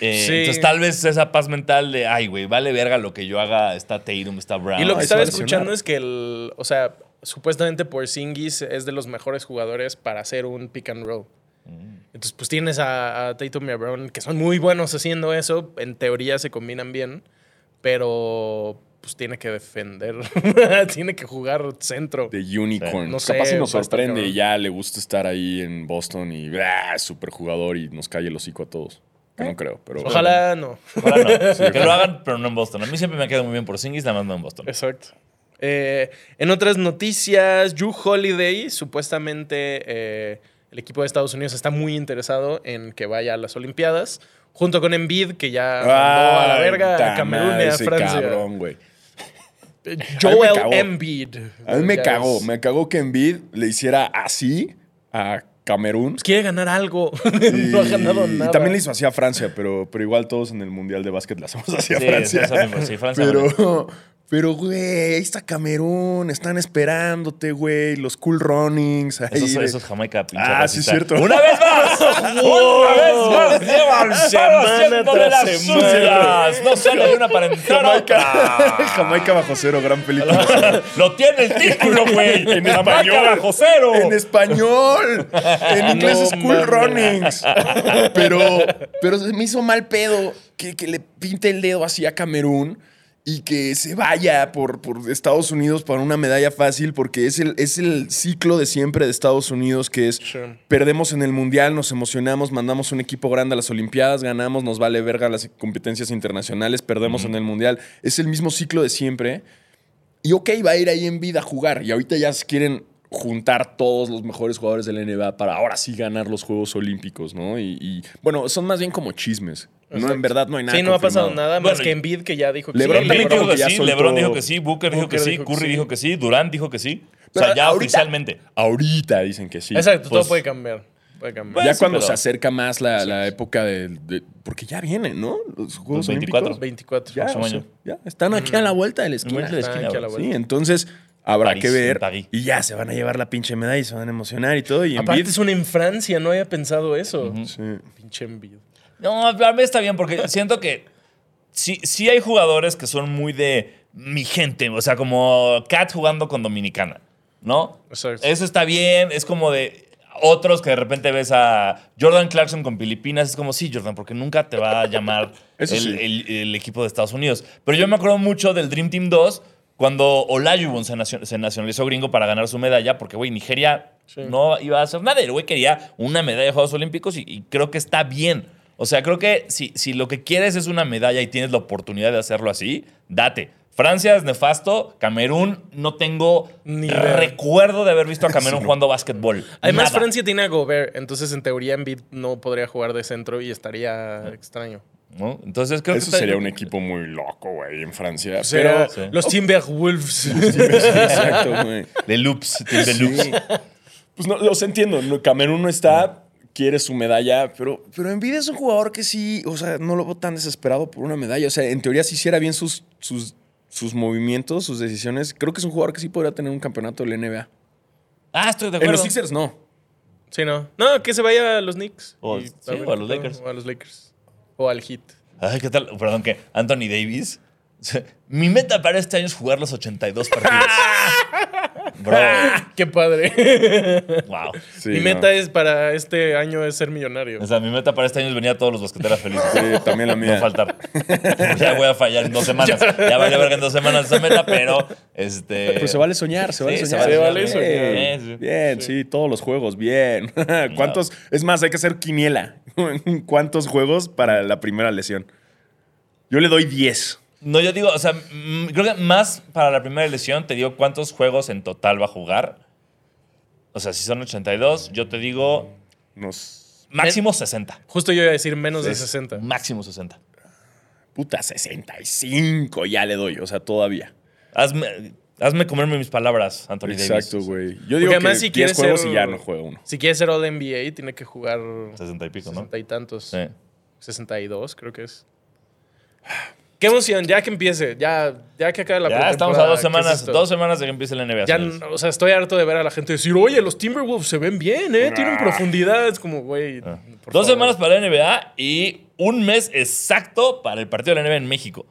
Speaker 1: Eh,
Speaker 3: Sí.
Speaker 1: Entonces, tal vez esa paz mental de, ay, güey, vale verga lo que yo haga, está Tatum, está Brown.
Speaker 3: [LAUGHS] Y lo
Speaker 2: Ah,
Speaker 3: que
Speaker 2: eso
Speaker 3: estaba
Speaker 2: va a lesionar.
Speaker 3: escuchando es que el, o sea, supuestamente Porzingis es de los mejores jugadores para hacer un pick and roll.
Speaker 1: Mm.
Speaker 3: Entonces, pues tienes a, a Tatum y a Brown, que son muy buenos haciendo eso. En teoría se combinan bien, pero pues tiene que defender. [LAUGHS] tiene que jugar centro.
Speaker 2: De Unicorn.
Speaker 3: No sé,
Speaker 2: Capaz si nos
Speaker 3: va a estar
Speaker 2: sorprende
Speaker 3: cabrón.
Speaker 2: y ya le gusta estar ahí en Boston y ah, super jugador y nos cae el hocico a todos. Que no creo, pero.
Speaker 3: Eh. Ojalá no.
Speaker 1: Ojalá no. que lo hagan, pero no en Boston. A mí siempre me queda muy bien por Singis, nada más no en Boston.
Speaker 3: Exacto. Eh, en otras noticias, Drew Holiday, supuestamente eh, el equipo de Estados Unidos está muy interesado en que vaya a las Olimpiadas, junto con Embiid, que ya mandó a la
Speaker 2: Ay,
Speaker 3: verga
Speaker 2: puta
Speaker 3: a Camerún y
Speaker 2: madre,
Speaker 3: a
Speaker 2: ese
Speaker 3: Francia.
Speaker 2: cabrón, güey. A mí
Speaker 3: Eh,
Speaker 2: me
Speaker 3: Joel
Speaker 2: cagó.
Speaker 3: Embiid.
Speaker 2: A mí me
Speaker 3: Ya
Speaker 2: cagó.
Speaker 3: es-
Speaker 2: Me cagó que Embiid le hiciera así a Camerún.
Speaker 3: Pues quiere ganar algo.
Speaker 2: Y-
Speaker 3: [LAUGHS] no ha ganado
Speaker 2: y
Speaker 3: nada.
Speaker 2: también le hizo así a Francia, pero, pero igual todos en el Mundial de Básquet la hacemos así a
Speaker 1: Sí,
Speaker 2: Francia.
Speaker 1: eso mismo, sí, Francia
Speaker 2: [LAUGHS] pero, pero, güey, ahí está Camerún, están esperándote, güey, los cool runnings. Ahí
Speaker 1: Esos,
Speaker 2: de-
Speaker 1: esos Jamaica pinche
Speaker 2: Ah, sí,
Speaker 1: racista.
Speaker 2: cierto.
Speaker 1: ¡Una vez
Speaker 2: [LAUGHS]
Speaker 1: más! ¡Una vez más! [LAUGHS] ¡Llevan
Speaker 3: Semana
Speaker 1: semana de
Speaker 3: tras
Speaker 1: las
Speaker 3: semana.
Speaker 1: sucias! No sale una para entrar
Speaker 3: [LAUGHS]
Speaker 2: Jamaica, [LAUGHS]
Speaker 1: otra.
Speaker 2: Jamaica bajo cero, gran película.
Speaker 1: [LAUGHS] ¡Lo tiene el título, güey!
Speaker 2: [LAUGHS] En
Speaker 1: ¡Jamaica
Speaker 2: español.
Speaker 1: bajo cero!
Speaker 2: En español. En inglés
Speaker 3: No
Speaker 2: es Cool
Speaker 3: mames.
Speaker 2: Runnings. Pero, pero se me hizo mal pedo que, que le pinte el dedo así a Camerún y que se vaya por, por Estados Unidos para una medalla fácil porque es el, es el ciclo de siempre de Estados Unidos que es
Speaker 3: Sí.
Speaker 2: perdemos en el Mundial, nos emocionamos, mandamos un equipo grande a las Olimpiadas, ganamos, nos vale verga las competencias internacionales, perdemos en el Mundial. Es el mismo ciclo de siempre. Y ok, va a ir ahí en vida a jugar. Y ahorita ya se quieren juntar todos los mejores jugadores de la NBA para ahora sí ganar los Juegos Olímpicos, ¿no? Y, y, bueno, son más bien como chismes. No, en verdad no hay nada.
Speaker 3: Sí, no ha
Speaker 2: confirmado.
Speaker 3: pasado nada
Speaker 1: Bueno,
Speaker 3: más que Embiid, que ya dijo que
Speaker 2: LeBron
Speaker 3: sí.
Speaker 1: LeBron
Speaker 2: LeBron
Speaker 1: dijo que
Speaker 2: ya
Speaker 1: sí,
Speaker 2: soltó-
Speaker 1: LeBron dijo que sí, Booker dijo
Speaker 3: Booker
Speaker 1: que sí,
Speaker 3: dijo que
Speaker 1: Curry
Speaker 3: sí.
Speaker 1: dijo que sí, Durant dijo que sí. O
Speaker 2: Pero
Speaker 1: sea, ya
Speaker 2: ahorita-
Speaker 1: oficialmente.
Speaker 2: Ahorita dicen que sí.
Speaker 3: Exacto,
Speaker 1: Pues-
Speaker 3: todo puede cambiar. Puede cambiar.
Speaker 1: Bueno,
Speaker 2: ya
Speaker 1: sí,
Speaker 2: cuando
Speaker 1: pero-
Speaker 2: se acerca más la, la época de, de- Porque ya vienen, ¿no? Los Juegos
Speaker 1: Los 24.
Speaker 2: Olímpicos.
Speaker 3: 24.
Speaker 2: Ya,
Speaker 1: Próximo
Speaker 2: o sea,
Speaker 1: año.
Speaker 2: ya, están aquí a la vuelta de la esquina.
Speaker 1: vuelta de la
Speaker 3: Está
Speaker 1: esquina,
Speaker 3: aquí a la
Speaker 1: güey.
Speaker 3: vuelta.
Speaker 2: Sí, entonces habrá
Speaker 1: París,
Speaker 2: que
Speaker 1: en
Speaker 2: ver.
Speaker 1: París.
Speaker 2: Y ya se van a llevar la pinche medalla y se van a emocionar y todo. Y
Speaker 3: Aparte
Speaker 2: Embiid-
Speaker 3: es una en Francia, no había pensado eso.
Speaker 2: Sí.
Speaker 3: Pinche Embiid.
Speaker 1: No, pero a mí está bien porque siento que sí, sí hay jugadores que son muy de mi gente, o sea, como Cat jugando con Dominicana, ¿no?
Speaker 3: Exacto.
Speaker 1: Eso está bien, es como de otros que de repente ves a Jordan Clarkson con Filipinas, es como, sí, Jordan, porque nunca te va a llamar el,
Speaker 2: [LAUGHS] Eso sí.
Speaker 1: el- el equipo de Estados Unidos. Pero yo me acuerdo mucho del Dream Team 2 cuando Olajuwon se, nacio- se nacionalizó gringo para ganar su medalla, porque, güey, Nigeria no iba a hacer nada. El güey quería una medalla de Juegos Olímpicos y, y creo que está bien. O sea, creo que si, si lo que quieres es una medalla y tienes la oportunidad de hacerlo así, date. Francia es nefasto, Camerún no tengo
Speaker 3: Ni idea.
Speaker 1: recuerdo de haber visto a
Speaker 2: [LAUGHS]
Speaker 1: Camerún jugando básquetbol.
Speaker 3: Además,
Speaker 1: Nada.
Speaker 3: Francia tiene a Gobert, entonces en teoría Embiid no podría jugar de centro y estaría extraño.
Speaker 1: ¿No? Entonces creo que
Speaker 2: Eso
Speaker 1: está-
Speaker 2: sería un equipo muy loco, güey, en Francia.
Speaker 3: Pero
Speaker 2: Pero.
Speaker 3: los Timberwolves. [LAUGHS]
Speaker 2: [LAUGHS] Exacto, güey.
Speaker 1: de loops, team de loops.
Speaker 2: Pues no, los entiendo. no, Camerún no está, quiere su medalla, pero, pero Envidia es un jugador que sí, o sea, no lo veo tan desesperado por una medalla. O sea, en teoría, si hiciera bien sus, sus, sus movimientos, sus decisiones, creo que es un jugador que sí podría tener un campeonato de la NBA.
Speaker 1: Ah, estoy de
Speaker 2: En los
Speaker 1: acuerdo.
Speaker 2: Sixers no.
Speaker 3: sí, no. No, que se vaya a los Knicks.
Speaker 1: O-
Speaker 3: Y-
Speaker 1: sí, o a los Lakers.
Speaker 3: O a los Lakers. O al Heat.
Speaker 1: Ay, ¿qué tal? Perdón, que Anthony Davis. Mi meta para este año es jugar los 82
Speaker 2: [LAUGHS]
Speaker 1: partidos. Bro,
Speaker 3: ¡Qué padre!
Speaker 1: wow.
Speaker 2: Sí,
Speaker 3: Mi
Speaker 2: no.
Speaker 3: meta es para este año es ser millonario.
Speaker 1: O sea, mi meta para este año es venir a todos los basqueteros felices.
Speaker 2: Sí, también la mía.
Speaker 1: No faltar. Ya voy a fallar en dos
Speaker 2: [LAUGHS]
Speaker 1: semanas. Ya vale verga en dos semanas esa meta, pero este.
Speaker 2: Pero Pues se vale soñar, Eh, se vale
Speaker 1: Sí, se
Speaker 2: soñar.
Speaker 1: vale
Speaker 3: soñar.
Speaker 2: Bien,
Speaker 1: Sí, sí.
Speaker 2: Bien, sí, todos los juegos, bien. [LAUGHS] ¿Cuántos? Es más, hay que hacer quiniela. [LAUGHS] ¿Cuántos juegos para la primera lesión? Yo le doy 10.
Speaker 1: No, yo digo, o sea, mm, creo que más para la primera lesión te digo cuántos juegos en total va a jugar. O sea, si son 82, yo te digo
Speaker 2: Unos.
Speaker 1: máximo 60.
Speaker 3: Justo yo iba a decir menos de
Speaker 2: Sí.
Speaker 3: 60.
Speaker 1: Máximo 60.
Speaker 2: Puta, 65 ya le doy, o sea, todavía.
Speaker 1: Hazme, hazme comerme mis palabras, Anthony Davis.
Speaker 2: Exacto, güey. Yo digo
Speaker 3: además
Speaker 2: que
Speaker 3: si
Speaker 2: 10
Speaker 3: quieres
Speaker 2: juegos
Speaker 3: ser-
Speaker 2: y ya no juego uno.
Speaker 3: Si quiere ser All NBA, tiene que jugar
Speaker 1: 60 y pico, ¿no?
Speaker 3: 60 y tantos.
Speaker 1: Sí.
Speaker 3: 62, creo que es. Qué emoción, ya que empiece, ya, ya que acabe la
Speaker 1: Ya
Speaker 3: pretemporada,
Speaker 1: estamos a dos
Speaker 3: ¿qué es
Speaker 1: semanas,
Speaker 3: esto?
Speaker 1: dos semanas de que empiece la NBA.
Speaker 3: Ya,
Speaker 1: señores.
Speaker 3: o sea, estoy harto de ver a la gente decir, oye, los Timberwolves se ven bien, ¿eh? Tienen profundidad. Es como, güey.
Speaker 1: Ah.
Speaker 3: por
Speaker 1: Dos
Speaker 3: favor.
Speaker 1: semanas para la NBA y un mes exacto para el partido de la NBA en México.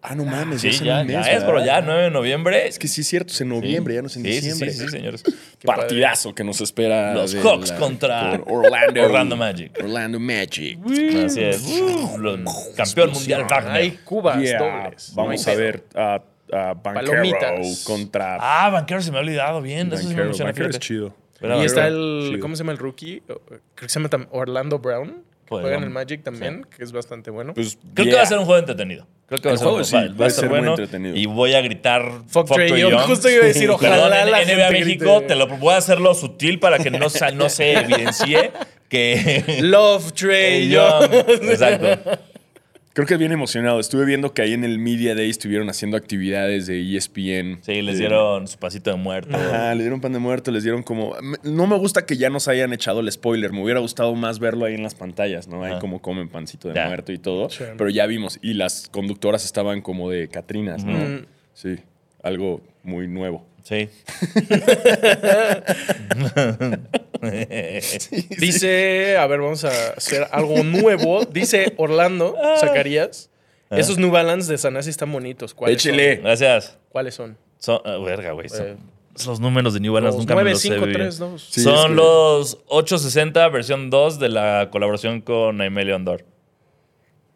Speaker 2: Ah, no mames,
Speaker 1: Sí,
Speaker 2: es en
Speaker 1: ya,
Speaker 2: un mes,
Speaker 1: ya es, bro,
Speaker 2: ¿verdad?
Speaker 1: ya 9 de noviembre.
Speaker 2: Es que sí es cierto, es en noviembre, ya no es en
Speaker 1: Sí, sí,
Speaker 2: diciembre.
Speaker 1: Sí, sí, señores.
Speaker 2: Partidazo que nos espera.
Speaker 1: Los
Speaker 2: de
Speaker 1: Hawks
Speaker 2: la-
Speaker 1: contra
Speaker 2: por Orlando.
Speaker 1: Orlando Magic.
Speaker 2: Orlando Magic.
Speaker 1: Así es. Uh, lo- campeón mundial Wagner.
Speaker 3: Hay cubas
Speaker 2: Yeah.
Speaker 3: dobles. No
Speaker 2: Vamos
Speaker 3: hay
Speaker 2: a
Speaker 3: pedo.
Speaker 2: ver a, a Banquero
Speaker 3: Palomitas.
Speaker 2: contra
Speaker 1: Ah, banquero se me ha olvidado bien. Eso sí me
Speaker 2: Banquero.
Speaker 1: emociona,
Speaker 2: Banquero es
Speaker 1: fíjate.
Speaker 2: chido.
Speaker 1: Pero
Speaker 3: y
Speaker 1: bueno,
Speaker 3: está
Speaker 2: Banquero,
Speaker 3: el,
Speaker 2: chido.
Speaker 3: ¿cómo se llama el rookie? O- Creo que se llama tam- Orlando Brown. que
Speaker 1: Joder,
Speaker 3: juega en el
Speaker 1: Orlando.
Speaker 3: Magic también, que es bastante bueno.
Speaker 2: Pues,
Speaker 1: Creo que
Speaker 2: yeah.
Speaker 1: va a ser un juego entretenido. Creo que va a
Speaker 2: El
Speaker 1: ser un
Speaker 2: juego sí,
Speaker 1: va- va,
Speaker 2: va
Speaker 1: a
Speaker 2: a
Speaker 1: ser,
Speaker 2: ser muy
Speaker 1: bueno.
Speaker 2: entretenido.
Speaker 1: Y voy a gritar
Speaker 3: Fuck Trae Young. Justo iba a decir, ojalá
Speaker 1: Perdón, en-
Speaker 3: la
Speaker 1: en
Speaker 3: gente
Speaker 1: NBA México
Speaker 3: grite.
Speaker 1: te lo voy a hacerlo sutil para que no, sa- no se evidencie
Speaker 3: [LAUGHS]
Speaker 1: que
Speaker 3: Love
Speaker 1: Trae
Speaker 3: Trey Young.
Speaker 1: Young. Exacto.
Speaker 2: Creo que es bien emocionado. Estuve viendo que ahí en el Media Day estuvieron haciendo actividades de E ESPN.
Speaker 1: Sí, les
Speaker 2: De-
Speaker 1: dieron su pasito de muerto.
Speaker 2: Ajá, le dieron pan de muerto, les dieron como... me- No me gusta que ya nos hayan echado el spoiler. Me hubiera gustado más verlo ahí en las pantallas, ¿no? Ahí
Speaker 1: Ajá.
Speaker 2: como comen pancito de
Speaker 1: Ya.
Speaker 2: muerto y todo.
Speaker 3: Sí.
Speaker 2: Pero ya vimos. Y las conductoras estaban como de Catrinas, ¿no?
Speaker 3: Mm.
Speaker 2: Sí, algo muy nuevo.
Speaker 1: Sí. [LAUGHS]
Speaker 3: Dice, a ver, vamos a hacer algo nuevo. Dice Orlando Zacarías.
Speaker 1: Ah.
Speaker 3: Esos New Balance de Sanasi están bonitos. ¿Cuáles
Speaker 2: Échele.
Speaker 1: Gracias.
Speaker 3: Son? ¿Cuáles son?
Speaker 1: Son, ah, verga, güey. son-
Speaker 3: Eh,
Speaker 1: Los números de New Balance
Speaker 3: los
Speaker 1: nunca me los sé bien.
Speaker 3: 95322.
Speaker 2: Sí, es
Speaker 1: Son
Speaker 2: que-
Speaker 1: los 860 versión 2 de la colaboración con Aimee Leondor.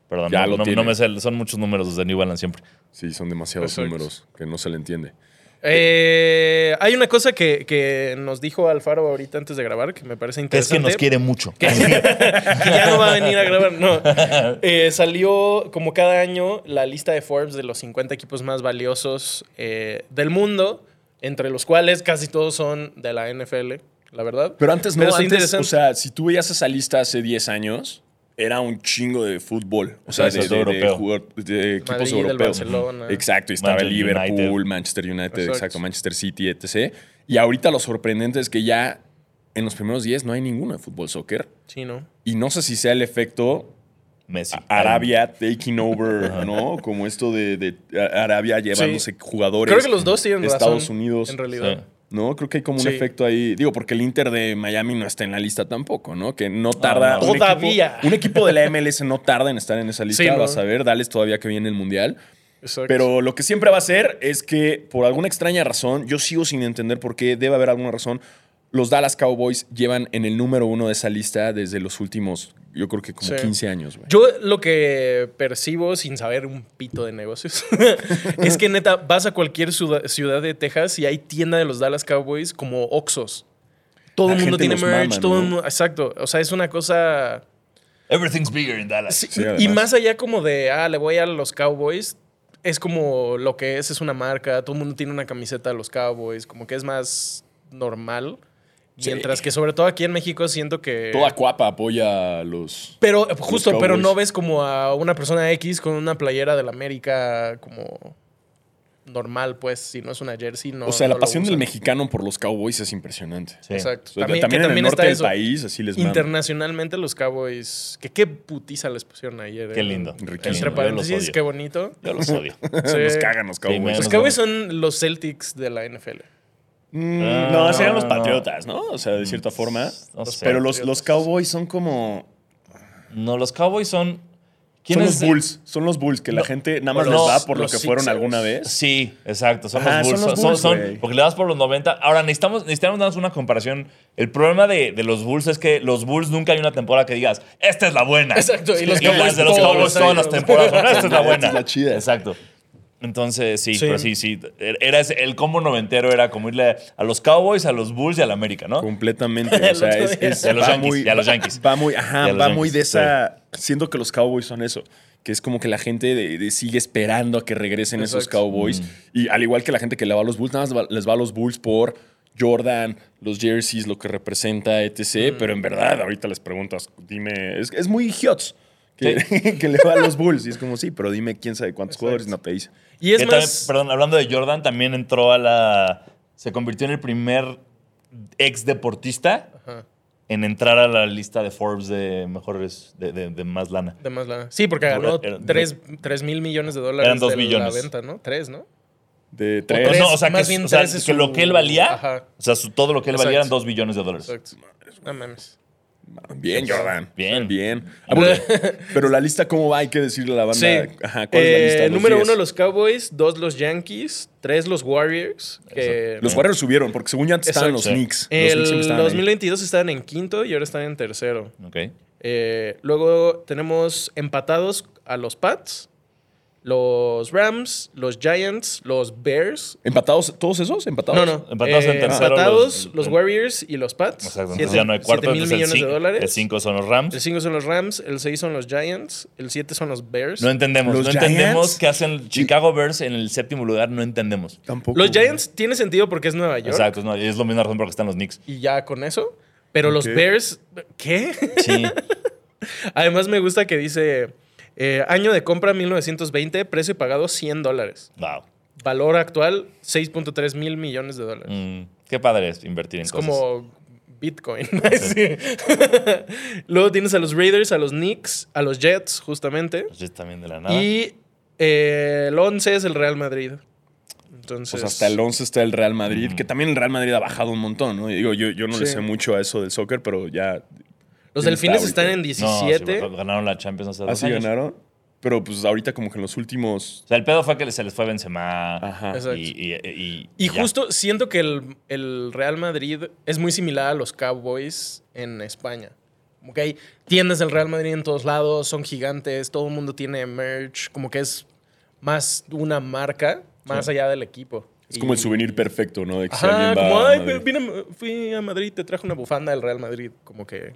Speaker 1: Perdón,
Speaker 2: Ya
Speaker 1: no,
Speaker 2: lo
Speaker 1: no-
Speaker 2: tiene.
Speaker 1: no me sé, son muchos números desde New Balance siempre.
Speaker 2: Sí, son demasiados
Speaker 3: Perfecto.
Speaker 2: números que no se le entiende.
Speaker 3: Eh, hay una cosa que, que nos dijo Alfaro ahorita antes de grabar que me parece
Speaker 1: Es que
Speaker 3: interesante.
Speaker 1: nos quiere mucho.
Speaker 3: Que, que ya no va a venir a grabar, no. Eh, salió como cada año la lista de Forbes de los 50 equipos más valiosos eh, del mundo, entre los cuales casi todos son de la NFL, la verdad.
Speaker 2: Pero antes no,
Speaker 3: Pero está
Speaker 2: antes, o
Speaker 3: interesante.
Speaker 2: sea, si tú veías esa lista hace 10 años, era un chingo de fútbol. O sea,
Speaker 1: Exacto,
Speaker 2: de, de-
Speaker 1: todo
Speaker 2: de
Speaker 1: europeo.
Speaker 2: jugador- de equipos
Speaker 3: Madrid, el
Speaker 2: europeos.
Speaker 3: Barcelona.
Speaker 2: Exacto, y estaba el
Speaker 1: Manchester
Speaker 2: Liverpool,
Speaker 1: United.
Speaker 2: Manchester United,
Speaker 3: Exacto.
Speaker 2: exacto. Manchester City, etc. Y ahorita lo sorprendente es que ya en los primeros 10 no hay ninguno de fútbol soccer.
Speaker 3: Sí, ¿no?
Speaker 2: Y no sé si sea el efecto
Speaker 1: Messi.
Speaker 2: Arabia taking over, ¿no? Como esto de, de Arabia llevándose jugadores.
Speaker 3: Creo que los dos tienen razón.
Speaker 2: Estados Unidos.
Speaker 3: En
Speaker 1: Sí.
Speaker 3: realidad.
Speaker 2: No, creo que hay como
Speaker 3: Sí.
Speaker 2: un efecto ahí. Digo, porque el Inter de Miami no está en la lista tampoco, ¿no? Que no tarda.
Speaker 1: no.
Speaker 2: un equipo-
Speaker 3: Todavía.
Speaker 2: Un equipo, de la MLS no tarda en estar en esa lista.
Speaker 3: Sí, no.
Speaker 2: Vas a ver, dales todavía que viene el mundial.
Speaker 3: Exacto.
Speaker 2: Pero lo que siempre va a ser es que, por alguna extraña razón, yo sigo sin entender por qué debe haber alguna razón. Los Dallas Cowboys llevan en el número uno de esa lista desde los últimos, yo creo que como
Speaker 3: Sí.
Speaker 2: 15 años, güey.
Speaker 3: Yo lo que percibo sin saber un pito de negocios [LAUGHS] es que neta vas a cualquier ciudad, ciudad de Texas y hay tienda de los Dallas Cowboys como Oxos. Todo
Speaker 2: La
Speaker 3: el mundo
Speaker 2: gente
Speaker 3: tiene
Speaker 2: los
Speaker 3: merch,
Speaker 2: mama,
Speaker 3: todo el
Speaker 2: ¿no?
Speaker 3: mundo, exacto, o sea, es una cosa
Speaker 1: Everything's bigger in Dallas.
Speaker 3: Sí,
Speaker 2: Ah, Sí,
Speaker 3: y
Speaker 2: además.
Speaker 3: más allá como de, ah, le voy a los Cowboys, es como lo que es, es una marca, todo el mundo tiene una camiseta de los Cowboys, como que es más normal. Mientras que sobre todo aquí en México siento que...
Speaker 2: Toda cuapa apoya a los.
Speaker 3: pero justo, pero
Speaker 2: Cowboys.
Speaker 3: no ves como a una persona X con una playera del América como normal, pues, si no es una jersey, no.
Speaker 2: o sea, la
Speaker 3: no lo
Speaker 2: pasión del
Speaker 3: usan.
Speaker 2: mexicano por los Cowboys es impresionante.
Speaker 1: Sí.
Speaker 2: O
Speaker 3: Exacto.
Speaker 2: sea,
Speaker 3: También,
Speaker 2: también,
Speaker 3: que
Speaker 2: en el
Speaker 3: también
Speaker 2: norte
Speaker 3: está
Speaker 2: del
Speaker 3: eso.
Speaker 2: país, así les manda.
Speaker 3: Internacionalmente los Cowboys, que qué putiza les pusieron ayer. eh.
Speaker 1: Qué lindo.
Speaker 2: Riquísimo.
Speaker 1: Qué lindo.
Speaker 3: Entre
Speaker 1: Yo los
Speaker 3: paréntesis,
Speaker 1: odio.
Speaker 3: qué bonito.
Speaker 1: Yo los
Speaker 3: [LAUGHS]
Speaker 1: odio.
Speaker 2: Nos
Speaker 3: Sí.
Speaker 2: cagan los Cowboys.
Speaker 1: menos.
Speaker 3: Los Cowboys son los Celtics de la NFL.
Speaker 2: Mm,
Speaker 1: Ah,
Speaker 2: no, serían los
Speaker 1: no.
Speaker 2: patriotas, ¿no? O sea, de cierta forma.
Speaker 1: No sé.
Speaker 2: Pero los, los
Speaker 3: Patriotas.
Speaker 2: Cowboys son como.
Speaker 1: No, los Cowboys son. ¿Quién
Speaker 2: Son
Speaker 1: es
Speaker 2: los
Speaker 1: de-
Speaker 2: Bulls. Son los Bulls que la gente nada más
Speaker 1: Los-
Speaker 2: los da por lo
Speaker 3: los
Speaker 2: que fueron
Speaker 3: Sixers.
Speaker 2: alguna vez.
Speaker 1: Sí, exacto. Son
Speaker 2: Ajá,
Speaker 1: los Bulls.
Speaker 2: son los
Speaker 1: Son-
Speaker 2: Bulls,
Speaker 1: son-
Speaker 2: güey.
Speaker 1: porque le das por los 90. Ahora, necesitamos, necesitamos darnos una comparación. El problema de, de los Bulls es que los Bulls nunca hay una temporada que digas, esta es la buena.
Speaker 3: Exacto, y los
Speaker 1: las de los Cowboys
Speaker 3: Cowboys todos.
Speaker 1: todas las temporadas. son, Esta es la buena.
Speaker 2: [LAUGHS] Esta es la chida.
Speaker 1: Exacto. Entonces, sí,
Speaker 3: Sí.
Speaker 1: pero sí, sí. Era ese- el combo noventero era como irle a los Cowboys, a los Bulls y al América, ¿no?
Speaker 2: Completamente. O sea,
Speaker 3: El otro
Speaker 2: es,
Speaker 3: día.
Speaker 2: es-
Speaker 1: Y a los
Speaker 2: va
Speaker 1: Yankees,
Speaker 2: muy-
Speaker 1: y a los Yankees.
Speaker 2: Va muy,
Speaker 1: Y
Speaker 2: ajá,
Speaker 1: a los
Speaker 2: va muy
Speaker 1: Yankees,
Speaker 2: de esa. Siento que los Cowboys son eso. Que es como que la gente de- de sigue esperando a que regresen esos
Speaker 3: Exacto.
Speaker 2: Cowboys.
Speaker 1: Mm.
Speaker 2: Y al igual que la gente que le va a los Bulls, nada más va- les va a los Bulls por Jordan, los jerseys, lo que representa, etc. Pero en verdad, ahorita les preguntas, dime, es, es muy idiots que, [LAUGHS] que le va a los Bulls. Y es como, sí, pero dime quién sabe cuántos jugadores no te dice.
Speaker 3: Y es
Speaker 1: Que también-
Speaker 3: más.
Speaker 1: perdón, hablando de Jordan, también entró a la. Se convirtió en el primer ex deportista
Speaker 3: Ajá,
Speaker 1: en entrar a la lista de Forbes de mejores, de, de- de más lana.
Speaker 3: de más lana. Sí, porque ganó
Speaker 1: Era- era-
Speaker 3: 3, mil millones de dólares
Speaker 1: Eran dos
Speaker 3: de
Speaker 1: billones.
Speaker 3: la venta, ¿no? 3, ¿no?
Speaker 2: De
Speaker 3: O
Speaker 2: tres.
Speaker 3: tres,
Speaker 1: Eh, no, o sea,
Speaker 3: más
Speaker 1: que,
Speaker 3: bien
Speaker 1: o sea,
Speaker 3: tres es
Speaker 1: que
Speaker 3: su-
Speaker 1: lo que él valía,
Speaker 3: Ajá.
Speaker 1: o sea, su- todo lo que él valía eran
Speaker 3: Exacto.
Speaker 1: 2 billones de dólares.
Speaker 3: Exacto. No mames.
Speaker 2: Bien, Jordan.
Speaker 1: Bien.
Speaker 2: Bien. Ah, porque- [LAUGHS] pero la lista, ¿cómo va? Hay que decirle a la banda.
Speaker 3: Sí.
Speaker 2: Ajá, ¿cuál es la
Speaker 3: Eh,
Speaker 2: lista? Los
Speaker 3: número
Speaker 2: 10.
Speaker 3: uno, los Cowboys. Dos, los Yankees. Tres, los Warriors. que-
Speaker 2: Los Warriors subieron, porque según yo antes estaban los
Speaker 3: Exacto.
Speaker 2: Knicks. los Knicks
Speaker 3: El
Speaker 2: siempre estaban ahí.
Speaker 3: 2022 estaban en quinto y ahora están en tercero.
Speaker 1: Ok.
Speaker 3: Eh, luego tenemos empatados a los Pats, los Rams, los Giants, los Bears.
Speaker 2: ¿Empatados todos esos? ¿Empatados?
Speaker 3: No, no.
Speaker 1: Empatados en tercero,
Speaker 3: empatados,
Speaker 1: los-
Speaker 3: los, Warriors y los Pats.
Speaker 1: Exacto.
Speaker 3: Siete-
Speaker 1: Entonces ya no hay cuarto,
Speaker 3: siete mil
Speaker 1: entonces el
Speaker 3: millones
Speaker 1: cinco-
Speaker 3: de dólares.
Speaker 1: El 5 son los
Speaker 3: El
Speaker 1: Rams.
Speaker 3: 5 son los Rams, el 6 son los Giants, el 7 son los Bears.
Speaker 1: No entendemos,
Speaker 2: ¿Los
Speaker 1: no entendemos
Speaker 2: Giants?
Speaker 1: qué hacen Chicago Bears en el séptimo lugar, no entendemos.
Speaker 2: Tampoco.
Speaker 3: los Giants tiene sentido porque es Nueva York
Speaker 1: Exacto, no, es la misma razón por la que están los Knicks.
Speaker 3: y ya con eso. Pero los
Speaker 2: Ok.
Speaker 3: Bears, ¿qué? [LAUGHS]
Speaker 1: Sí.
Speaker 3: Además me gusta que dice eh, año de compra 1920, precio pagado 100 dólares.
Speaker 1: wow.
Speaker 3: Valor actual, 6.3 mil millones de dólares.
Speaker 1: Mm, qué padre es invertir en
Speaker 3: es
Speaker 1: cosas.
Speaker 3: como Bitcoin. [LAUGHS] Sí. Luego tienes a los Raiders, a los Knicks, a los Jets, justamente.
Speaker 1: Los Jets también de la nada.
Speaker 3: Y eh, el 11 es el Real Madrid.
Speaker 2: O
Speaker 3: Entonces,
Speaker 2: sea, Pues hasta el 11 está el Real Madrid, que también el Real Madrid ha bajado un montón, ¿no? Y Digo, yo, yo no le
Speaker 3: Sí.
Speaker 2: sé mucho a eso del soccer, pero ya. ¿quién
Speaker 3: los delfines
Speaker 2: está
Speaker 3: están en
Speaker 2: ahorita?
Speaker 1: No, sí,
Speaker 3: 17.
Speaker 1: bueno, ganaron la Champions hace dos
Speaker 2: Así
Speaker 1: años.
Speaker 2: Ah, ganaron. Pero pues ahorita, como que en los últimos.
Speaker 1: O sea, el pedo fue que se les fue Benzema.
Speaker 2: Ajá.
Speaker 3: Exacto.
Speaker 1: Y, y- y-
Speaker 3: y
Speaker 1: ya.
Speaker 3: justo siento que el, el Real Madrid es muy similar a los Cowboys en España. Como que hay tiendas del Real Madrid en todos lados, son gigantes, todo el mundo tiene merch, como que es más una marca más allá del equipo.
Speaker 2: Es como el
Speaker 3: Y-
Speaker 2: souvenir perfecto, ¿no? De que si
Speaker 3: Ajá,
Speaker 2: alguien va
Speaker 3: como,
Speaker 2: a
Speaker 3: ay,
Speaker 2: Madrid".
Speaker 3: vine a- fui a Madrid, te traje una bufanda del Real Madrid. Como que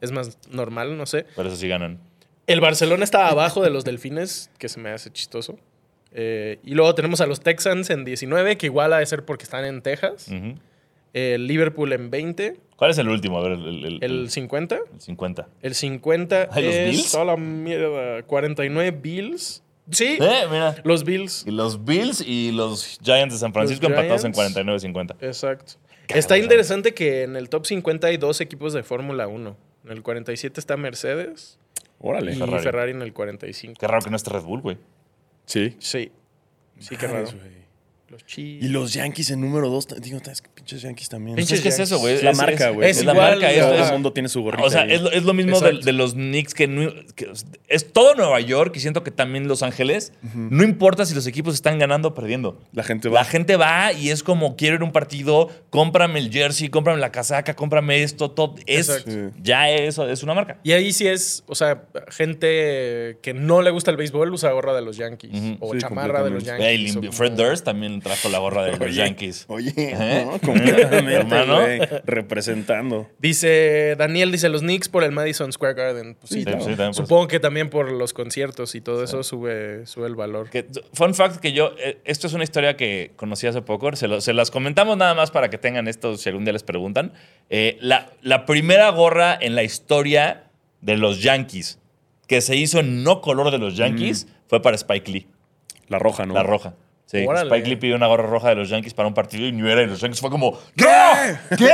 Speaker 3: es más normal, no sé.
Speaker 1: Por eso sí ganan.
Speaker 3: El Barcelona está abajo de los Delfines, que se me hace chistoso. Eh, y luego tenemos a los Texans en 19, que igual ha de ser porque están en Texas.
Speaker 1: Ujú.
Speaker 3: El Liverpool en 20,
Speaker 1: ¿Cuál es el último? A ver, el, el-
Speaker 3: el
Speaker 1: el-
Speaker 3: 50.
Speaker 1: el 50.
Speaker 3: El 50
Speaker 1: Ay, ¿los
Speaker 3: es...
Speaker 1: Bills?
Speaker 3: a la mierda! 49 Bills. Sí,
Speaker 1: Eh, mira.
Speaker 3: los Bills.
Speaker 1: Y los Bills y los Giants de San Francisco
Speaker 3: Los
Speaker 1: empatados en
Speaker 3: Giants.
Speaker 1: 49-50.
Speaker 3: Exacto. Está interesante que en el top 50 hay dos equipos de Fórmula 1. En el 47 está Mercedes
Speaker 2: Órale.
Speaker 3: y
Speaker 1: Ferrari.
Speaker 3: Ferrari, en el 45.
Speaker 1: Qué raro que no esté Red Bull, güey.
Speaker 2: Sí.
Speaker 3: Sí. Sí, qué raro. Los Chiefs.
Speaker 2: Y los Yankees en número 2. Digo, es que pinches Yankees también.
Speaker 1: Pues
Speaker 3: Pinches
Speaker 1: Es que es
Speaker 3: Yankees.
Speaker 1: eso, güey.
Speaker 2: Es la marca, güey.
Speaker 1: Es,
Speaker 3: Es
Speaker 1: la
Speaker 3: igual,
Speaker 1: marca.
Speaker 3: güey.
Speaker 1: esto
Speaker 2: Todo
Speaker 1: es-
Speaker 2: el mundo tiene su gorrita.
Speaker 1: o sea,
Speaker 2: ahí.
Speaker 1: es lo, es lo mismo de,
Speaker 3: Exacto.
Speaker 1: de los Knicks que, no- que es- es todo Nueva York y siento que también Los Ángeles. No importa si los equipos están ganando o perdiendo.
Speaker 2: La gente va.
Speaker 1: La gente va y es como, quiero ir a un partido, cómprame el jersey, cómprame la casaca, cómprame esto, todo. Es,
Speaker 3: Exacto.
Speaker 2: Sí.
Speaker 1: ya eso es una marca.
Speaker 3: Y ahí sí es, o sea, gente que no le gusta el béisbol usa gorra de los Yankees
Speaker 1: Ujú.
Speaker 3: o
Speaker 2: Sí,
Speaker 3: chamarra de los
Speaker 2: completamente.
Speaker 3: Yankees.
Speaker 1: Ey,
Speaker 3: o
Speaker 1: Fred
Speaker 3: como-
Speaker 1: Durst también trajo la gorra de los Yankees.
Speaker 2: Oye,
Speaker 1: ¿Eh? [LAUGHS]
Speaker 2: no, completamente,
Speaker 1: Hermano.
Speaker 2: güey, representando.
Speaker 3: Dice Daniel, dice los Knicks por el Madison Square Garden. Pues
Speaker 1: Ah,
Speaker 3: sí,
Speaker 2: Sí,
Speaker 3: también.
Speaker 2: sí,
Speaker 1: también por-
Speaker 3: Supongo que también por los conciertos y todo eso sube, sube el valor.
Speaker 1: Que- fun fact que yo, eh, esto es una historia que conocí hace poco, se, lo- se las comentamos nada más para que tengan esto si algún día les preguntan. Eh, la, la primera gorra en la historia de los Yankees, que se hizo en no color de
Speaker 3: Mm.
Speaker 1: los Yankees, fue para Spike Lee,
Speaker 2: La roja, ¿no?
Speaker 1: la roja. Sí,
Speaker 3: Órale.
Speaker 1: Spike Lee pidió una gorra roja de los Yankees para un partido y New Era y los Yankees fue como, ¿qué? ¿Qué?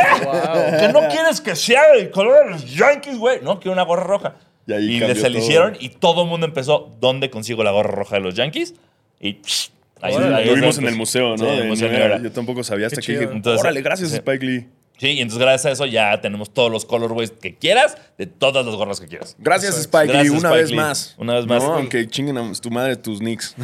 Speaker 1: ¿Que no quieres que sea el color de los Yankees, güey? No, quiero una gorra roja.
Speaker 2: Y ahí
Speaker 1: le-
Speaker 2: cambió
Speaker 1: se le
Speaker 2: todo.
Speaker 1: hicieron y todo el mundo empezó, ¿dónde consigo la gorra roja de los Yankees? Y psh, ahí,
Speaker 3: Órale.
Speaker 1: ahí
Speaker 2: Lo
Speaker 1: es
Speaker 2: vimos
Speaker 1: donde
Speaker 2: en el
Speaker 1: empezó.
Speaker 2: museo, ¿no?
Speaker 1: Sí, en el
Speaker 2: De
Speaker 1: museo
Speaker 2: Nueva York.
Speaker 1: Nueva
Speaker 2: Yo
Speaker 1: York.
Speaker 2: tampoco sabía hasta
Speaker 3: Qué
Speaker 2: que
Speaker 3: chido.
Speaker 2: dije,
Speaker 1: Entonces-
Speaker 2: órale, gracias
Speaker 1: sí.
Speaker 2: Spike Lee.
Speaker 1: Sí, y entonces gracias a eso ya tenemos todos los colorways que quieras, de todas las gorras que quieras.
Speaker 2: Gracias Spike
Speaker 1: Gracias,
Speaker 2: Lee, una
Speaker 1: Spike
Speaker 2: vez
Speaker 1: Lee.
Speaker 2: más.
Speaker 1: Una vez más.
Speaker 2: No, aunque chinguen a tu madre tus
Speaker 1: [LAUGHS]
Speaker 2: nicks.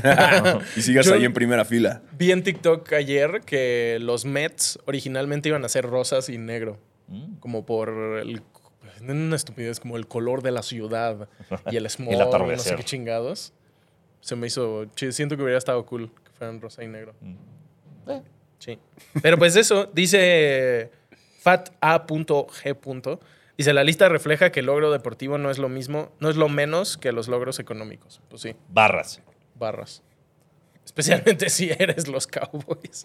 Speaker 2: y sigas
Speaker 3: Yo-
Speaker 2: ahí en primera fila.
Speaker 3: Vi en TikTok ayer que los Mets originalmente iban a ser rosas y negro. Como por el. Una estupidez, como el color de la [LAUGHS] ciudad y el smog, no sé
Speaker 1: atardecer.
Speaker 3: qué chingados. Se me hizo. chi- Siento que hubiera estado cool que fueran rosa y negro. Sí. Pero pues eso, dice FATA.G. Dice, la lista refleja que el logro deportivo no es lo mismo, no es lo menos que los logros económicos. Pues sí
Speaker 1: Barras.
Speaker 3: barras. Especialmente si eres
Speaker 1: [LAUGHS]
Speaker 3: los Cowboys.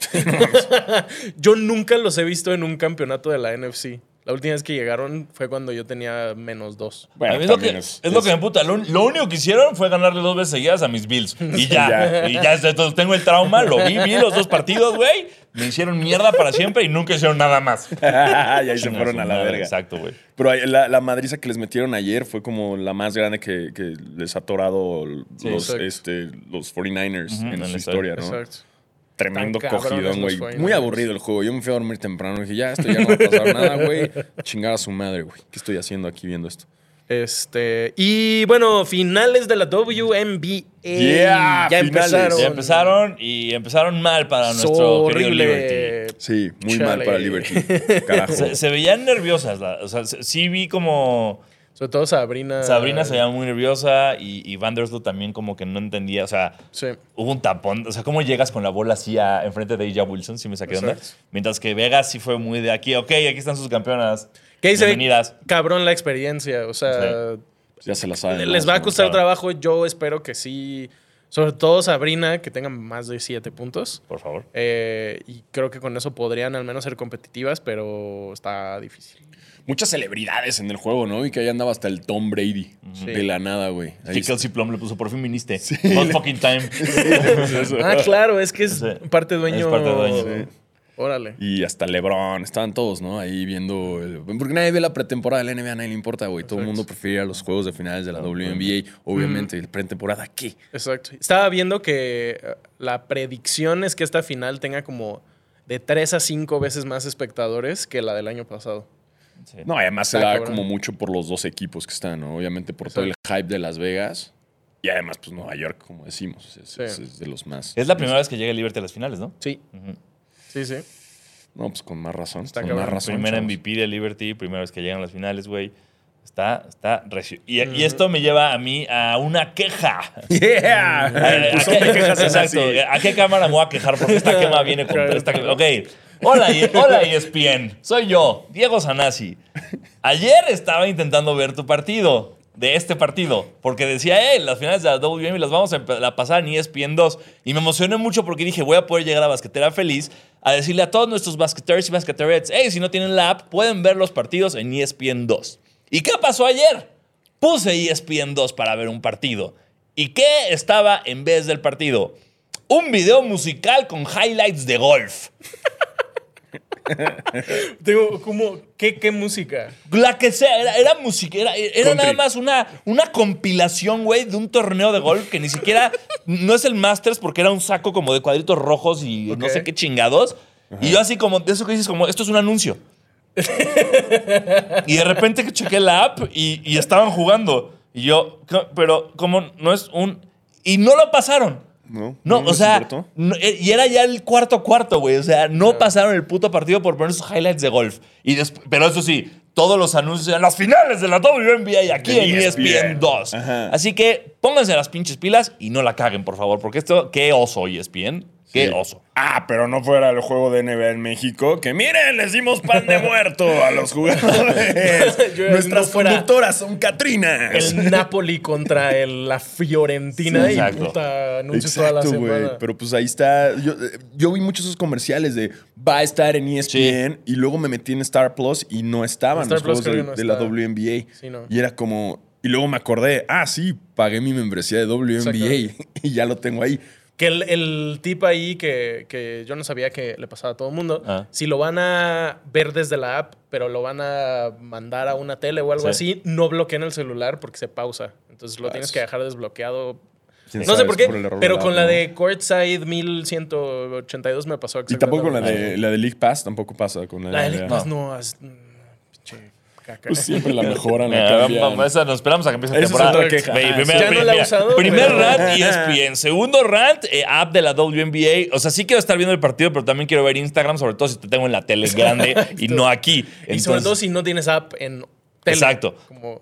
Speaker 3: [LAUGHS] yo nunca los he visto en un campeonato de la NFC. La última vez que llegaron fue cuando yo tenía menos dos.
Speaker 2: Bueno,
Speaker 1: A mí es lo que,
Speaker 2: Ah, también
Speaker 1: es, lo que
Speaker 2: [LAUGHS]
Speaker 1: me puta. Lo, lo único que hicieron fue ganarle dos veces seguidas a mis
Speaker 2: [LAUGHS]
Speaker 1: Bills. Y ya. y ya esto- tengo el trauma. Lo vi, vi los dos partidos, güey. Me hicieron mierda para siempre y nunca hicieron nada más.
Speaker 2: [LAUGHS] y ahí se
Speaker 1: Chinga
Speaker 2: fueron
Speaker 1: su
Speaker 2: a la
Speaker 1: madre,
Speaker 2: verga.
Speaker 1: Exacto, güey.
Speaker 2: Pero ahí la, la madriza que les metieron ayer fue como la más grande que, que les ha atorado los,
Speaker 3: exacto.
Speaker 2: este, los 49ers
Speaker 1: en
Speaker 2: en
Speaker 1: la
Speaker 2: su
Speaker 1: historia.
Speaker 2: historia, ¿no?
Speaker 3: Exacto.
Speaker 2: Tremendo
Speaker 3: Están cabrones
Speaker 2: cogidón,
Speaker 3: los
Speaker 2: güey.
Speaker 3: 49ers.
Speaker 2: Muy aburrido el juego. Yo me fui a dormir temprano. Dije, ya, esto ya no va a pasar nada, güey. Chingar a su madre, güey. ¿Qué estoy haciendo aquí viendo esto?
Speaker 3: Este, y bueno, finales de la WNBA.
Speaker 2: Yeah,
Speaker 3: ya
Speaker 2: finales.
Speaker 3: empezaron.
Speaker 1: Ya empezaron y empezaron mal para nuestro querido Liberty.
Speaker 3: horrible.
Speaker 2: Sí, muy mal
Speaker 3: Chale.
Speaker 2: para
Speaker 3: [LAUGHS]
Speaker 2: Liberty. Carajo.
Speaker 1: Se, se veían nerviosas. la- o sea, se- sí vi como
Speaker 3: Sobre todo Sabrina.
Speaker 1: Sabrina se veía muy nerviosa y, y Vandersloot también como que no entendía. O sea,
Speaker 3: Sí.
Speaker 1: Hubo un tapón. O sea, ¿cómo llegas con la bola así a- enfrente de ella Wilson? Si me saqué de onda.
Speaker 3: Exacto.
Speaker 1: Mientras que Vegas sí fue muy de aquí, ok, aquí están sus campeonas.
Speaker 3: Que ahí se ve
Speaker 1: Bienvenidas.
Speaker 3: cabrón la experiencia. O sea,
Speaker 2: Ya se la saben. ¿no?
Speaker 3: Les va a costar
Speaker 1: claro.
Speaker 3: trabajo. Yo espero que sí. Sobre todo Sabrina, que tengan más de siete puntos.
Speaker 1: Por favor.
Speaker 3: Eh, y creo que con eso podrían al menos ser competitivas, pero está difícil.
Speaker 2: Muchas celebridades en el juego, ¿no? Y que ahí andaba hasta el Tom Brady. De la nada, güey. Ahí
Speaker 1: Sí, Kelsey Plum le puso, por fin viniste. About fucking time. [LAUGHS]
Speaker 3: Ah, claro, es que es
Speaker 1: Sí.
Speaker 3: parte
Speaker 1: Es
Speaker 3: dueño.
Speaker 1: parte dueño.
Speaker 3: Órale.
Speaker 2: Y hasta LeBron, estaban todos, ¿no? Ahí viendo. el- porque nadie ve la pretemporada de la NBA, a nadie le importa, güey. Todo el mundo prefiere a los juegos de finales
Speaker 3: Ah,
Speaker 2: de la
Speaker 3: Mm.
Speaker 2: WNBA, obviamente. ¿Y la pretemporada qué?
Speaker 3: Exacto. Estaba viendo que eh, la predicción es que esta final tenga como de tres a cinco veces más espectadores que la del año pasado.
Speaker 2: No, además se
Speaker 3: Está
Speaker 2: da
Speaker 3: cabrón.
Speaker 2: como mucho por los dos equipos que están, ¿no? Obviamente por todo el hype de Las Vegas. Y además, pues Nueva York, como decimos, es,
Speaker 3: Sí.
Speaker 2: es- es de los más.
Speaker 1: Es la primera vez que llega Liberty a las finales, ¿no?
Speaker 3: Sí. Sí, sí.
Speaker 2: No, pues con más razón.
Speaker 3: Está
Speaker 2: con
Speaker 3: cabrón.
Speaker 2: más razón.
Speaker 1: Primera
Speaker 2: chavos.
Speaker 1: MVP de Liberty, primera vez que llegan a las finales, güey. Está, está recio. Y, y esto me lleva a mí a una queja.
Speaker 2: [LAUGHS] [LAUGHS] ¡Yeah!
Speaker 3: [LAUGHS]
Speaker 1: Eh, ¿A
Speaker 2: Pues,
Speaker 1: qué-
Speaker 2: ¿dónde [LAUGHS] quejas es así?
Speaker 1: exacto. ¿A qué cámara me voy a quejar? Porque esta quema viene con esta quema. Ok. Hola, y- hola E ESPN. Soy yo, Diego Sanasi. Ayer estaba intentando ver tu partido, de este partido, porque decía, eh, las finales de la WM las vamos a empe- la pasar en E ESPN 2. Y me emocioné mucho porque dije, voy a poder llegar a Basquetera Feliz a decirle a todos nuestros basqueteers y basqueterettes, hey, si no tienen la app, pueden ver los partidos en E ESPN 2. ¿Y qué pasó ayer? Puse E ESPN 2 para ver un partido. ¿Y qué estaba en vez del partido? Un video musical con highlights de golf.
Speaker 3: Digo, ¿cómo? ¿Qué, qué música?
Speaker 1: La que sea, era, era música, era, era
Speaker 2: Country.
Speaker 1: nada más una, una compilación, güey, de un torneo de golf que ni siquiera, [LAUGHS] no es el Masters porque era un saco como de cuadritos rojos y no
Speaker 3: Ok.
Speaker 1: sé qué chingados. Y yo así como, de eso que dices, como, esto es un anuncio. y de repente que chequé la app y, y estaban jugando. Y yo, "¿Qué? pero como no es un... Y no lo pasaron.
Speaker 2: No,
Speaker 1: No,
Speaker 2: no
Speaker 1: o
Speaker 2: les
Speaker 1: sea,
Speaker 2: importó.
Speaker 1: no, eh, y era ya el cuarto cuarto, güey. O sea, no pasaron el puto partido por poner sus highlights de golf. Y desp- pero eso sí, todos los anuncios eran las finales de la WNBA y aquí
Speaker 2: De
Speaker 3: E
Speaker 1: en E ESPN,
Speaker 2: ESPN
Speaker 1: 2.
Speaker 2: Ajá.
Speaker 1: Así que pónganse las pinches pilas y no la caguen, por favor, porque esto, qué oso E ESPN. Qué oso.
Speaker 2: Ah, pero no fuera el juego de NBA en México, que miren, les dimos pan de muerto a
Speaker 3: [LAUGHS]
Speaker 2: los jugadores.
Speaker 3: Yo eh,
Speaker 2: Nuestras
Speaker 3: no fuera-
Speaker 2: conductoras son Catrinas. [LAUGHS]
Speaker 3: El Napoli contra el- la Fiorentina
Speaker 1: Sí,
Speaker 3: y
Speaker 1: exacto.
Speaker 3: puta anuncios toda la
Speaker 2: Exacto, güey.
Speaker 3: semana.
Speaker 2: Pero pues ahí está. Yo, eh, yo vi muchos esos comerciales de va a estar en E ESPN y luego me metí en Star Plus y no estaban
Speaker 3: Star
Speaker 2: los
Speaker 3: Plus
Speaker 2: juegos de,
Speaker 3: creo que no
Speaker 2: de la
Speaker 3: está.
Speaker 2: WNBA.
Speaker 3: Sí, no.
Speaker 2: Y era como. Y luego me acordé, ah, sí, pagué mi membresía de WNBA
Speaker 3: Exacto.
Speaker 2: [LAUGHS] y ya lo tengo ahí.
Speaker 3: Que el, el tip ahí que, que yo no sabía que le pasaba a todo el mundo,
Speaker 1: Ah.
Speaker 3: si lo van a ver desde la app, pero lo van a mandar a una tele o algo
Speaker 1: Sí.
Speaker 3: así, no bloqueen el celular porque se pausa. Entonces lo tienes que dejar desbloqueado.
Speaker 2: Ah, Quién
Speaker 3: No sé
Speaker 2: sabe,
Speaker 3: por
Speaker 2: es
Speaker 3: qué,
Speaker 2: por el error
Speaker 3: pero
Speaker 2: de la
Speaker 3: con
Speaker 2: app,
Speaker 3: la
Speaker 2: ¿no?
Speaker 3: de Courtside 1182 me pasó
Speaker 2: Y tampoco con la
Speaker 3: exactamente
Speaker 2: de, la de League Pass, tampoco pasa con la,
Speaker 3: lo mismo. La de
Speaker 2: NBA.
Speaker 3: League Pass no, es- mm, pinche caca.
Speaker 2: Pues siempre
Speaker 3: [LAUGHS]
Speaker 2: la mejoran,
Speaker 1: Mira,
Speaker 2: la
Speaker 1: vamos,
Speaker 2: cambian.
Speaker 1: esa nos esperamos a que empiece la
Speaker 2: Esa es
Speaker 1: temporada.
Speaker 2: otra queja.
Speaker 1: Ve,
Speaker 2: Ah,
Speaker 1: primer-
Speaker 3: sí. Ya no la he
Speaker 1: mira,
Speaker 3: usado,
Speaker 1: primer
Speaker 3: pero-
Speaker 1: rant E ESPN. Segundo rant, eh, app de la WNBA. O sea, sí quiero estar viendo el partido, pero también quiero ver Instagram, sobre todo si te tengo en la tele
Speaker 3: [LAUGHS]
Speaker 1: grande y no aquí.
Speaker 3: y sobre
Speaker 1: Entonces-
Speaker 3: todo si no tienes app en tele.
Speaker 1: Exacto.
Speaker 3: Como,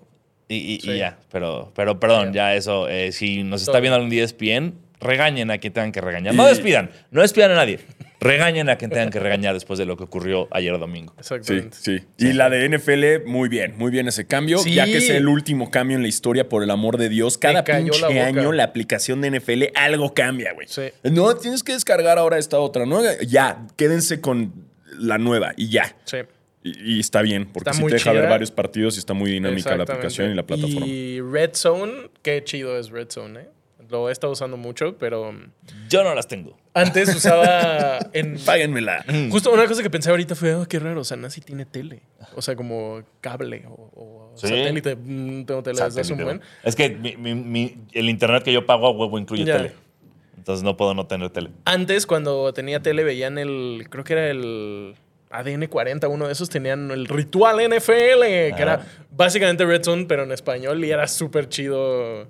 Speaker 1: Y, y- y
Speaker 3: Sí.
Speaker 1: ya, pero, pero perdón, ya eso. eh, si nos está
Speaker 3: Todo.
Speaker 1: viendo algún día ESPN, regañen a quien tengan que regañar.
Speaker 2: Y-
Speaker 1: No despidan, no despidan a nadie. Regañen a quien tengan que regañar después de lo que ocurrió ayer domingo.
Speaker 2: Sí,
Speaker 3: exactamente.
Speaker 2: sí. Y la de NFL, muy bien, muy bien ese cambio,
Speaker 3: Sí.
Speaker 2: ya que es el último cambio en la historia, por el amor de Dios. Cada
Speaker 3: cayó
Speaker 2: pinche
Speaker 3: la boca.
Speaker 2: año la aplicación de NFL algo cambia, güey.
Speaker 3: Sí.
Speaker 2: No, tienes que descargar ahora esta otra, ¿no? Ya, quédense con la nueva y ya.
Speaker 3: sí.
Speaker 2: Y, y está bien, porque
Speaker 3: Está
Speaker 2: sí
Speaker 3: muy
Speaker 2: te deja ver
Speaker 3: chida.
Speaker 2: varios partidos y está muy dinámica la
Speaker 3: Exactamente.
Speaker 2: aplicación y la plataforma.
Speaker 3: Y Red Zone, qué chido es Red Zone, ¿eh? Lo he estado usando mucho, pero um,
Speaker 1: Yo no las tengo.
Speaker 3: antes
Speaker 2: [LAUGHS]
Speaker 3: usaba en... [CLEARS THROAT]
Speaker 2: Páguenmela.
Speaker 3: Justo una cosa que pensé ahorita fue, "Ah, qué raro, o sea, Nancy tiene tele. O sea, como cable o, o
Speaker 1: Sí.
Speaker 3: satélite. Mm, Tengo tele desde hace un buen.
Speaker 1: Es que mi- mi- mi- el internet que yo pago a huevo incluye
Speaker 3: Ya.
Speaker 1: tele. Entonces no puedo no tener tele.
Speaker 3: Antes, cuando tenía tele, veían el. Creo que era el. ADN 40, uno de esos tenían el ritual NFL, que
Speaker 1: Ah.
Speaker 3: era básicamente Red Zone, pero en español, y era súper chido.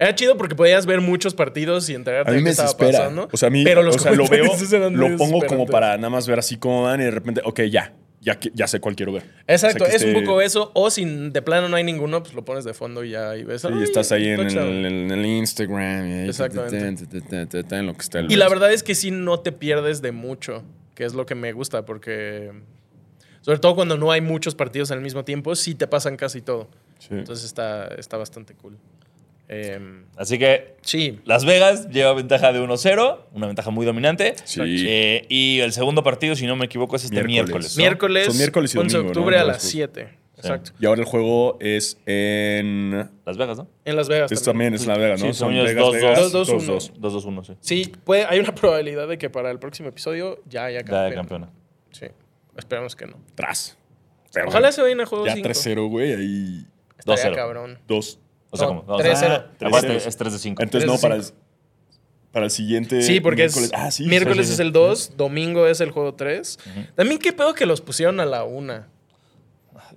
Speaker 3: Era chido porque podías ver muchos partidos y
Speaker 2: A
Speaker 3: enterarte
Speaker 2: mí
Speaker 3: de qué
Speaker 2: me
Speaker 3: estaba
Speaker 2: desespera.
Speaker 3: pasando.
Speaker 2: O sea, a mí
Speaker 3: pero los
Speaker 2: o sea, lo veo,
Speaker 3: [LAUGHS] comentarios eran muy
Speaker 2: lo pongo como
Speaker 3: desesperantes.
Speaker 2: para nada más ver así cómo van y de repente, ok, ya, ya, que- ya sé cuál quiero ver.
Speaker 3: Exacto,
Speaker 2: O sea, que
Speaker 3: es un
Speaker 2: esté-
Speaker 3: poco eso. O si de plano no hay ninguno, pues lo pones de fondo y ya y ves.
Speaker 2: Sí,
Speaker 3: "Ay,
Speaker 2: estás ahí en el,
Speaker 3: touchdown".
Speaker 2: en el Instagram. Y ahí,
Speaker 3: Exactamente.
Speaker 2: ta, ta, ta, ta, ta, en lo que está el
Speaker 3: Y la verdad es que sí no te pierdes de mucho, que es lo que me gusta, porque sobre todo cuando no hay muchos partidos al mismo tiempo, sí te pasan casi todo.
Speaker 2: Sí.
Speaker 3: Entonces está, está bastante cool. Em,
Speaker 1: Así que
Speaker 3: sí,
Speaker 1: Las Vegas lleva ventaja de 1-0, una ventaja muy dominante.
Speaker 2: Sí.
Speaker 1: Eh, y el segundo partido, si no me equivoco, es este miércoles.
Speaker 2: Miércoles.
Speaker 1: ¿no?
Speaker 3: miércoles,
Speaker 2: son miércoles y
Speaker 3: 11 de
Speaker 2: domingo, ¿no?
Speaker 3: octubre a
Speaker 2: Todos
Speaker 3: las
Speaker 2: los-
Speaker 3: 7. Exacto.
Speaker 2: Y ahora el juego es en.
Speaker 1: Las Vegas, ¿no?
Speaker 3: En Las Vegas.
Speaker 2: Es
Speaker 3: Pues
Speaker 2: también
Speaker 3: también.
Speaker 2: es la Vega, ¿no?
Speaker 1: Sí, son ellos dos, dos.
Speaker 3: Dos, dos,
Speaker 2: 2-2.
Speaker 1: 2-2-1, sí.
Speaker 3: Sí, puede, hay una [LAUGHS] probabilidad de que para el próximo episodio ya haya
Speaker 1: La
Speaker 3: campeón.
Speaker 1: de campeona.
Speaker 3: Sí, esperemos que no.
Speaker 2: Tras. Pero
Speaker 3: Ojalá
Speaker 2: bueno,
Speaker 3: se vayan a juego
Speaker 2: Ya
Speaker 3: 5.
Speaker 2: 3-0, güey. Ahí.
Speaker 3: Estaría
Speaker 1: 2-0.
Speaker 3: cabrón.
Speaker 2: 2.
Speaker 1: O sea,
Speaker 3: No,
Speaker 1: como.
Speaker 3: 3-0.
Speaker 1: Aparte,
Speaker 2: 3-0.
Speaker 1: es 3 de 5.
Speaker 2: Entonces,
Speaker 3: Tres
Speaker 2: no,
Speaker 3: de
Speaker 2: para el,
Speaker 3: cinco.
Speaker 2: para el siguiente.
Speaker 3: Sí, porque
Speaker 2: miércoles.
Speaker 3: es,
Speaker 2: Ah, sí,
Speaker 3: miércoles
Speaker 1: sí, sí,
Speaker 3: es
Speaker 1: sí.
Speaker 3: el 2, domingo es el juego 3. También qué pedo que los pusieron a la 1.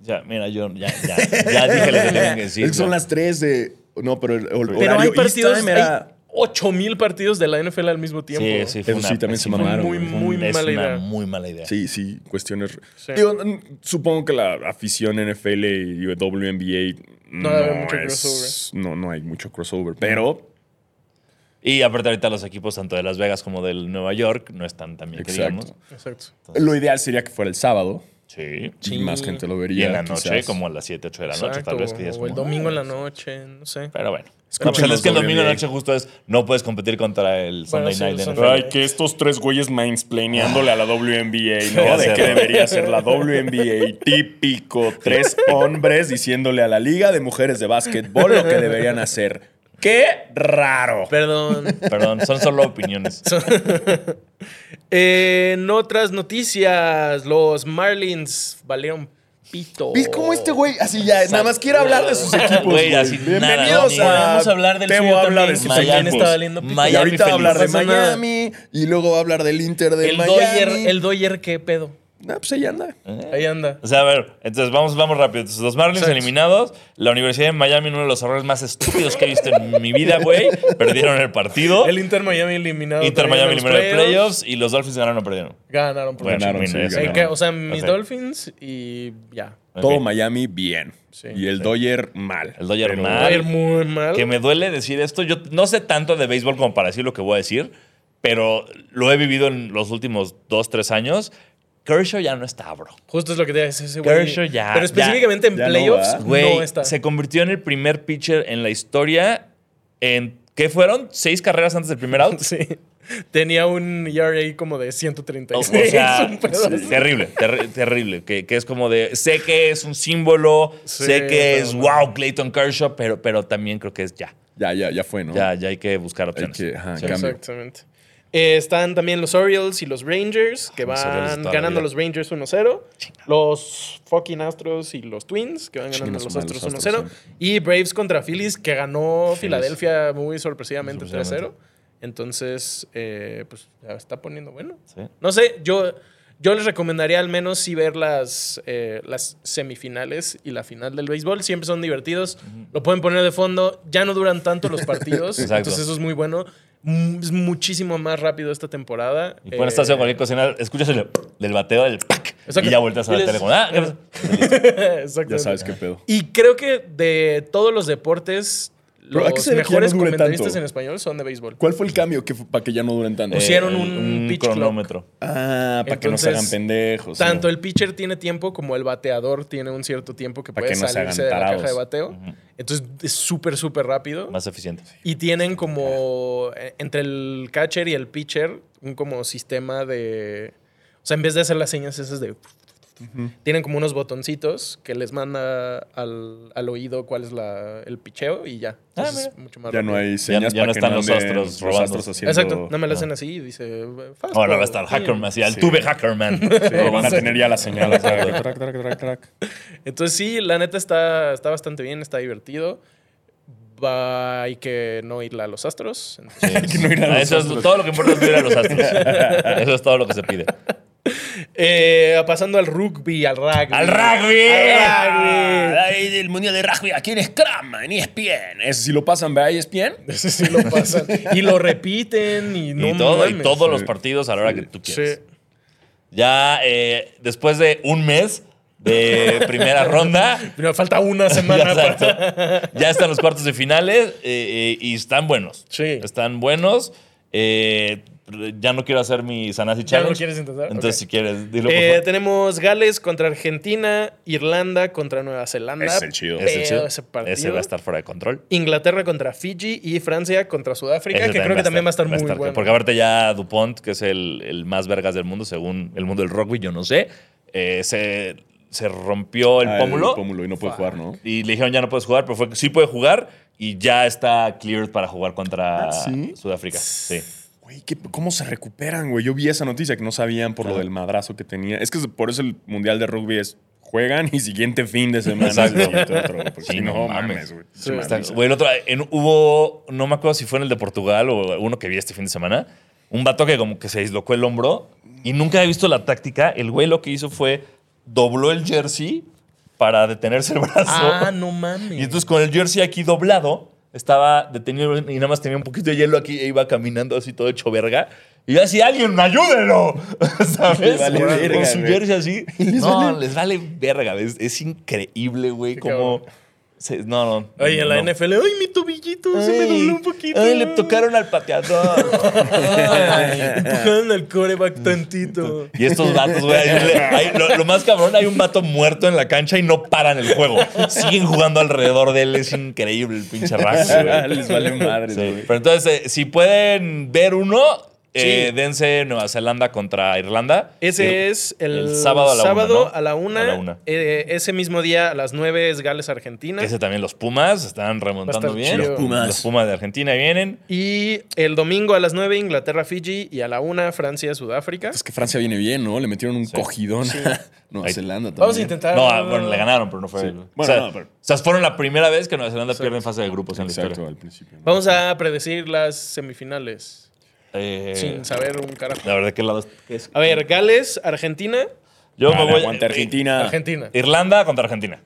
Speaker 1: Ya, mira, yo ya, ya, ya dije lo que tenía que
Speaker 2: Es
Speaker 1: decir.
Speaker 2: que [LAUGHS] son
Speaker 1: ¿no?
Speaker 2: las 3 de. No, pero el hor-
Speaker 3: Pero hay
Speaker 2: horario East
Speaker 3: partidos,
Speaker 2: Time era-
Speaker 3: hay 8000 partidos de la NFL al mismo tiempo.
Speaker 1: Sí, sí,
Speaker 2: Eso sí, también se
Speaker 1: fue
Speaker 2: mamaron,
Speaker 1: Muy,
Speaker 2: güey.
Speaker 1: muy
Speaker 3: Es
Speaker 1: mala
Speaker 3: una
Speaker 1: idea. muy mala idea.
Speaker 2: Sí, sí, cuestiones.
Speaker 3: Sí.
Speaker 2: Digo, n- supongo que la afición NFL y WNBA
Speaker 3: No
Speaker 2: no,
Speaker 3: debe haber mucho
Speaker 2: es- no, no hay mucho crossover, pero
Speaker 1: Y aparte, ahorita los equipos tanto de Las Vegas como del Nueva York no están tan bien, que digamos.
Speaker 2: exacto.
Speaker 3: Exacto.
Speaker 2: Lo ideal sería que fuera el sábado
Speaker 1: Sí.
Speaker 2: y más gente lo
Speaker 1: Y
Speaker 2: vería.
Speaker 1: en la noche,
Speaker 2: quizás.
Speaker 1: como a las 7, 8 de la noche,
Speaker 3: Exacto,
Speaker 1: tal vez que ya es
Speaker 3: o el
Speaker 1: como,
Speaker 3: domingo
Speaker 1: ah,
Speaker 3: en la noche, no sé.
Speaker 1: Pero bueno.
Speaker 2: Escúchenos,
Speaker 1: No, pues, es que el domingo en la
Speaker 2: WWE.
Speaker 1: noche justo es no puedes competir contra el Sunday
Speaker 3: sí,
Speaker 1: Night
Speaker 3: el
Speaker 1: de NFL.
Speaker 3: Sunday
Speaker 2: Ay, que estos tres güeyes mindsplaneándole a la [LAUGHS] WNBA,
Speaker 1: Ya
Speaker 2: ¿no?
Speaker 1: sé,
Speaker 2: De que
Speaker 1: ¿no?
Speaker 2: debería ser la WNBA típico. Tres hombres diciéndole a la Liga de Mujeres de Básquetbol lo que deberían hacer. ¡Qué raro!
Speaker 3: Perdón.
Speaker 2: [LAUGHS]
Speaker 1: Perdón, son solo opiniones.
Speaker 3: en otras noticias, los Marlins valieron pito.
Speaker 2: ¿Ves cómo este güey así ya nada más quiere hablar de sus equipos?
Speaker 1: Güey,
Speaker 2: Güey,
Speaker 1: así
Speaker 2: Bienvenidos
Speaker 1: nada,
Speaker 2: a
Speaker 1: no,
Speaker 3: Vamos a hablar del
Speaker 2: Tebo
Speaker 3: suyo
Speaker 2: habla
Speaker 3: también.
Speaker 2: de sus
Speaker 3: Mañana
Speaker 2: equipos.
Speaker 3: está valiendo pito.
Speaker 2: Y
Speaker 1: Miami
Speaker 2: ahorita va a hablar de
Speaker 3: feliz. No pasa nada.
Speaker 2: Miami y luego va a hablar del Inter de
Speaker 3: El
Speaker 2: Miami.
Speaker 3: Dodger, el Dodger qué pedo.
Speaker 2: Ah, pues ahí anda.
Speaker 3: Ahí anda.
Speaker 1: O sea, a ver, entonces vamos, vamos rápido. Entonces, los Marlins
Speaker 3: Exacto.
Speaker 1: eliminados. La Universidad de Miami, uno de los errores más estúpidos que he visto en mi vida,
Speaker 2: [LAUGHS]
Speaker 1: güey. Perdieron el partido.
Speaker 3: El Inter Miami eliminado.
Speaker 1: Inter
Speaker 3: también
Speaker 1: Miami
Speaker 3: en los
Speaker 1: eliminó el playoffs y los Dolphins ganaron o perdieron.
Speaker 3: Ganaron por
Speaker 1: Bueno,
Speaker 3: mucho.
Speaker 2: Ganaron, sí,
Speaker 1: mira, eso
Speaker 3: Eh,
Speaker 2: ganaron.
Speaker 3: que, o sea, mis
Speaker 1: Ok.
Speaker 3: Dolphins y ya.
Speaker 1: Ok.
Speaker 2: Todo Miami bien.
Speaker 3: Sí.
Speaker 2: y el Dodger mal.
Speaker 1: El Dodger
Speaker 2: Pero-
Speaker 1: mal.
Speaker 3: Va a ir muy mal.
Speaker 1: Que me duele decir esto. Yo no sé tanto de béisbol como para decir lo que voy a decir. pero lo he vivido en los últimos dos, tres años. Kershaw ya no está, bro.
Speaker 3: Justo es lo que te decía ese güey.
Speaker 1: Kershaw ya-
Speaker 3: Pero específicamente en
Speaker 2: ya no
Speaker 3: playoffs,
Speaker 2: va.
Speaker 3: no,
Speaker 1: Güey,
Speaker 3: está.
Speaker 1: se convirtió en el primer pitcher en la historia en... ¿Qué fueron? ¿Seis carreras antes del primer out?
Speaker 3: [LAUGHS] [LAUGHS] Sí. Tenía un ERA como de
Speaker 1: O, o
Speaker 3: 136.
Speaker 1: sea,
Speaker 3: un pedo así.
Speaker 1: terrible, terri- terrible. Que, que es como de, sé que es un símbolo,
Speaker 3: Sí,
Speaker 1: sé que
Speaker 3: pero
Speaker 1: es,
Speaker 3: no.
Speaker 1: wow, Clayton Kershaw, pero, pero también creo que es ya.
Speaker 2: Ya, ya, ya fue, ¿no?
Speaker 1: Ya, ya hay que buscar opciones.
Speaker 2: que- ajá,
Speaker 1: Sí.
Speaker 2: cambio.
Speaker 3: Exactamente. Eh, están también los Orioles y los Rangers, que
Speaker 1: Los Orioles
Speaker 3: van
Speaker 1: toda la
Speaker 3: ganando
Speaker 1: vida.
Speaker 3: los Rangers 1-0. Los fucking Astros y los Twins, que van
Speaker 2: Chinga
Speaker 3: ganando
Speaker 2: su
Speaker 3: los
Speaker 2: madre,
Speaker 3: Astros
Speaker 2: los
Speaker 3: 1-0.
Speaker 2: Astros,
Speaker 3: Y Braves contra Phillies, que ganó Filadelfia muy sorpresivamente
Speaker 1: Sorpresivamente.
Speaker 3: 3-0. Entonces, eh, pues ya está poniendo bueno.
Speaker 1: Sí.
Speaker 3: No sé, yo, yo les recomendaría al menos sí ver las, eh, las semifinales y la final del béisbol. Siempre son divertidos. Lo pueden poner de fondo. Ya no duran tanto los
Speaker 1: [LAUGHS]
Speaker 3: partidos.
Speaker 1: Exacto.
Speaker 3: Entonces eso es muy bueno. Mm, Es muchísimo más rápido esta temporada.
Speaker 1: Y pueden estar haciendo
Speaker 3: Eh,
Speaker 1: cualquier cocina, escuchas el del bateo, del pac,
Speaker 3: Exacto.
Speaker 1: y ya vueltas a
Speaker 3: Y
Speaker 1: la
Speaker 3: les-
Speaker 1: tele como, ah,
Speaker 3: [LAUGHS]
Speaker 1: ¿qué pasó?
Speaker 3: Exactamente.
Speaker 2: Ya sabes qué pedo.
Speaker 3: Y creo que de todos los deportes,
Speaker 2: Pero, ¿a qué
Speaker 3: los
Speaker 2: se ve que ya no
Speaker 3: mejores
Speaker 2: dure tanto?
Speaker 3: comentaristas en español son de béisbol.
Speaker 2: ¿Cuál fue el cambio que para que ya no duren tanto?
Speaker 3: O sea, Pusieron
Speaker 1: Eh,
Speaker 3: un pitch clock.
Speaker 1: cronómetro.
Speaker 2: ah, para que no se
Speaker 3: entonces,
Speaker 2: hagan pendejos.
Speaker 3: Tanto
Speaker 2: ¿no?
Speaker 3: el pitcher tiene tiempo como el bateador tiene un cierto tiempo que
Speaker 2: Pa'
Speaker 3: puede
Speaker 2: que no se
Speaker 3: salirse de
Speaker 2: hagan
Speaker 3: la caja
Speaker 2: tarados.
Speaker 3: de bateo. Entonces es súper, súper rápido.
Speaker 1: Más eficiente.
Speaker 3: Y tienen como eh, entre el catcher y el pitcher un como sistema de... O sea, en vez de hacer las señas esas de... Tienen como unos botoncitos que les manda al, al oído cuál es la, el picheo y ya.
Speaker 1: Ah,
Speaker 3: Entonces,
Speaker 1: mira.
Speaker 3: es mucho más
Speaker 2: Ya
Speaker 3: rápido.
Speaker 2: no hay señas
Speaker 1: ya no
Speaker 2: pa' que
Speaker 1: están los
Speaker 2: anden
Speaker 1: astros
Speaker 2: los
Speaker 1: robando.
Speaker 2: astros haciendo...
Speaker 3: Exacto, no me lo hacen así y dice... fastball,
Speaker 1: Ahora va a estar Hackerman,
Speaker 3: sí.
Speaker 1: así, al
Speaker 2: Sí.
Speaker 1: tube Hackerman.
Speaker 2: Sí, van a tener ya la
Speaker 3: [LAUGHS]
Speaker 2: señal. así,
Speaker 1: Exacto.
Speaker 2: trac, trac, trac, trac.
Speaker 3: Entonces sí, la neta está, está bastante bien, está divertido. Va, hay que no irla a los astros. Entonces,
Speaker 2: que no ir a los
Speaker 1: Ah, Eso es
Speaker 2: astros.
Speaker 1: todo lo que importa es no ir a los astros. Eso es todo lo que se pide.
Speaker 3: [LAUGHS] Eh, pasando al rugby, al rugby.
Speaker 1: ¡Al rugby! Ah,
Speaker 3: ¡Al rugby!
Speaker 2: Ahí del mundial de rugby, aquí en Scrum, en ESPN. Eso sí lo pasan, ¿verdad? E ESPN.
Speaker 3: Ese [LAUGHS] sí lo pasan. Y lo repiten y no
Speaker 1: y todo, y
Speaker 3: mames.
Speaker 1: todos
Speaker 2: Sí.
Speaker 1: los partidos a la hora que tú
Speaker 3: Sí.
Speaker 1: quieras. Ya eh, después de un mes
Speaker 3: [LAUGHS]
Speaker 1: de primera ronda,
Speaker 3: Pero falta una
Speaker 1: ya,
Speaker 3: [LAUGHS] semana
Speaker 1: exacto.
Speaker 3: para... Eh,
Speaker 1: Ya están los cuartos de finales eh, eh, y están buenos.
Speaker 3: Sí.
Speaker 1: Están buenos. Eh, ya no quiero hacer mi Sanasi
Speaker 3: ¿Ya
Speaker 1: Challenge.
Speaker 3: no quieres intentar?
Speaker 1: Entonces,
Speaker 3: Ok.
Speaker 1: si quieres, dilo. por
Speaker 3: Eh,
Speaker 1: favor.
Speaker 3: tenemos Gales contra Argentina, Irlanda contra Nueva Zelanda.
Speaker 2: Ese es el chido.
Speaker 3: Pero
Speaker 1: Ese chido.
Speaker 3: eh, Ese partido.
Speaker 1: Ese va a estar fuera de control.
Speaker 3: Inglaterra contra Fiji y Francia contra Sudáfrica,
Speaker 1: Ese
Speaker 3: que creo que también va a estar muy bueno.
Speaker 1: Porque aparte ya Dupont, que es el, el más vergas del mundo, según el mundo del rugby, yo no sé, eh, se, se rompió el
Speaker 2: Ah,
Speaker 1: pómulo.
Speaker 2: El pómulo y no puede jugar, ¿no?
Speaker 1: Y le dijeron ya no puedes jugar, pero fue que sí puede jugar y ya está cleared para jugar contra
Speaker 2: ¿Ah, sí?
Speaker 1: Sudáfrica. Sí.
Speaker 2: Güey, ¿qué- ¿cómo se recuperan, güey? Yo vi esa noticia que no sabían por lo
Speaker 1: Ajá.
Speaker 2: del madrazo que tenía. Es que por eso el mundial de rugby es juegan y siguiente fin [LAUGHS] de semana.
Speaker 1: Exacto.
Speaker 2: es siguiente otro, porque
Speaker 1: Sí,
Speaker 2: si no,
Speaker 1: no mames.
Speaker 2: mames, güey.
Speaker 3: Sí.
Speaker 2: Mames.
Speaker 1: Está- güey, el otro, en- hubo, no me acuerdo si fue en el de Portugal o uno que vi este fin de semana, un vato que como que se dislocó el hombro y nunca he visto la táctica. El güey lo que hizo fue dobló el jersey para detenerse el brazo.
Speaker 3: Ah, no mames.
Speaker 1: Y entonces con el jersey aquí doblado, estaba detenido y nada más tenía un poquito de hielo aquí e iba caminando así todo hecho verga. Y yo así, alguien, ayúdenlo. [LAUGHS] ¿Sabes?
Speaker 2: Les vale
Speaker 1: con
Speaker 2: verga,
Speaker 1: su
Speaker 2: güey.
Speaker 1: jersey así. no, [LAUGHS] les vale verga. güey. Es, es increíble, güey,
Speaker 3: Qué
Speaker 1: cómo...
Speaker 3: cabrón.
Speaker 1: se- no, no.
Speaker 3: Oye, en la
Speaker 1: no.
Speaker 3: NFL, ay, mi tobillito se me
Speaker 1: Ay,
Speaker 3: dobló un poquito.
Speaker 1: ay, le tocaron al pateador.
Speaker 3: Ay, empujaron al
Speaker 1: Mm.
Speaker 3: coreback tantito.
Speaker 1: [LAUGHS] y estos vatos, güey. ahí le- ahí- Lo, lo más cabrón, hay un vato muerto en la cancha y no paran el juego. Siguen jugando alrededor de él. Es increíble el pinche raso, [LAUGHS] güey.
Speaker 3: [LAUGHS]
Speaker 2: Les vale madre,
Speaker 1: Sí,
Speaker 2: güey.
Speaker 1: Pero entonces, eh, si pueden ver uno, eh,
Speaker 3: Sí.
Speaker 1: dense Nueva Zelanda contra Irlanda. Ir-
Speaker 3: Ese es el,
Speaker 1: el sábado a la
Speaker 3: sábado
Speaker 1: una, ¿no?
Speaker 3: a la una.
Speaker 1: A la una.
Speaker 3: Eh, ese mismo día a las 9 es Gales-Argentina.
Speaker 1: Ese también los Pumas están
Speaker 3: Va
Speaker 1: remontando
Speaker 3: a estar
Speaker 1: bien.
Speaker 3: chido. Los
Speaker 2: Pumas.
Speaker 1: Los Pumas de Argentina vienen.
Speaker 3: Y el domingo a las 9 Inglaterra-Fiji y a la una Francia-Sudáfrica.
Speaker 2: Es que Francia viene bien, ¿no? Le metieron un cogidón a Nueva
Speaker 1: Ahí-
Speaker 2: Zelanda también.
Speaker 3: Vamos a intentar.
Speaker 1: No, ah, bueno, le ganaron, pero no fue.
Speaker 2: Bueno,
Speaker 1: o, sea,
Speaker 2: no, pero-
Speaker 1: o sea, fueron la primera vez que Nueva Zelanda pierde en fase de grupos en la
Speaker 2: Exacto,
Speaker 1: historia.
Speaker 2: al principio. ¿no?
Speaker 3: Vamos a predecir las semifinales
Speaker 1: Eh,
Speaker 3: sin saber un carajo.
Speaker 1: La verdad, ¿qué lado es?
Speaker 3: A ver, Gales, Argentina.
Speaker 1: Yo
Speaker 2: Ah,
Speaker 1: me voy. eh,
Speaker 2: aguanta Argentina.
Speaker 3: Argentina.
Speaker 1: Irlanda contra Argentina.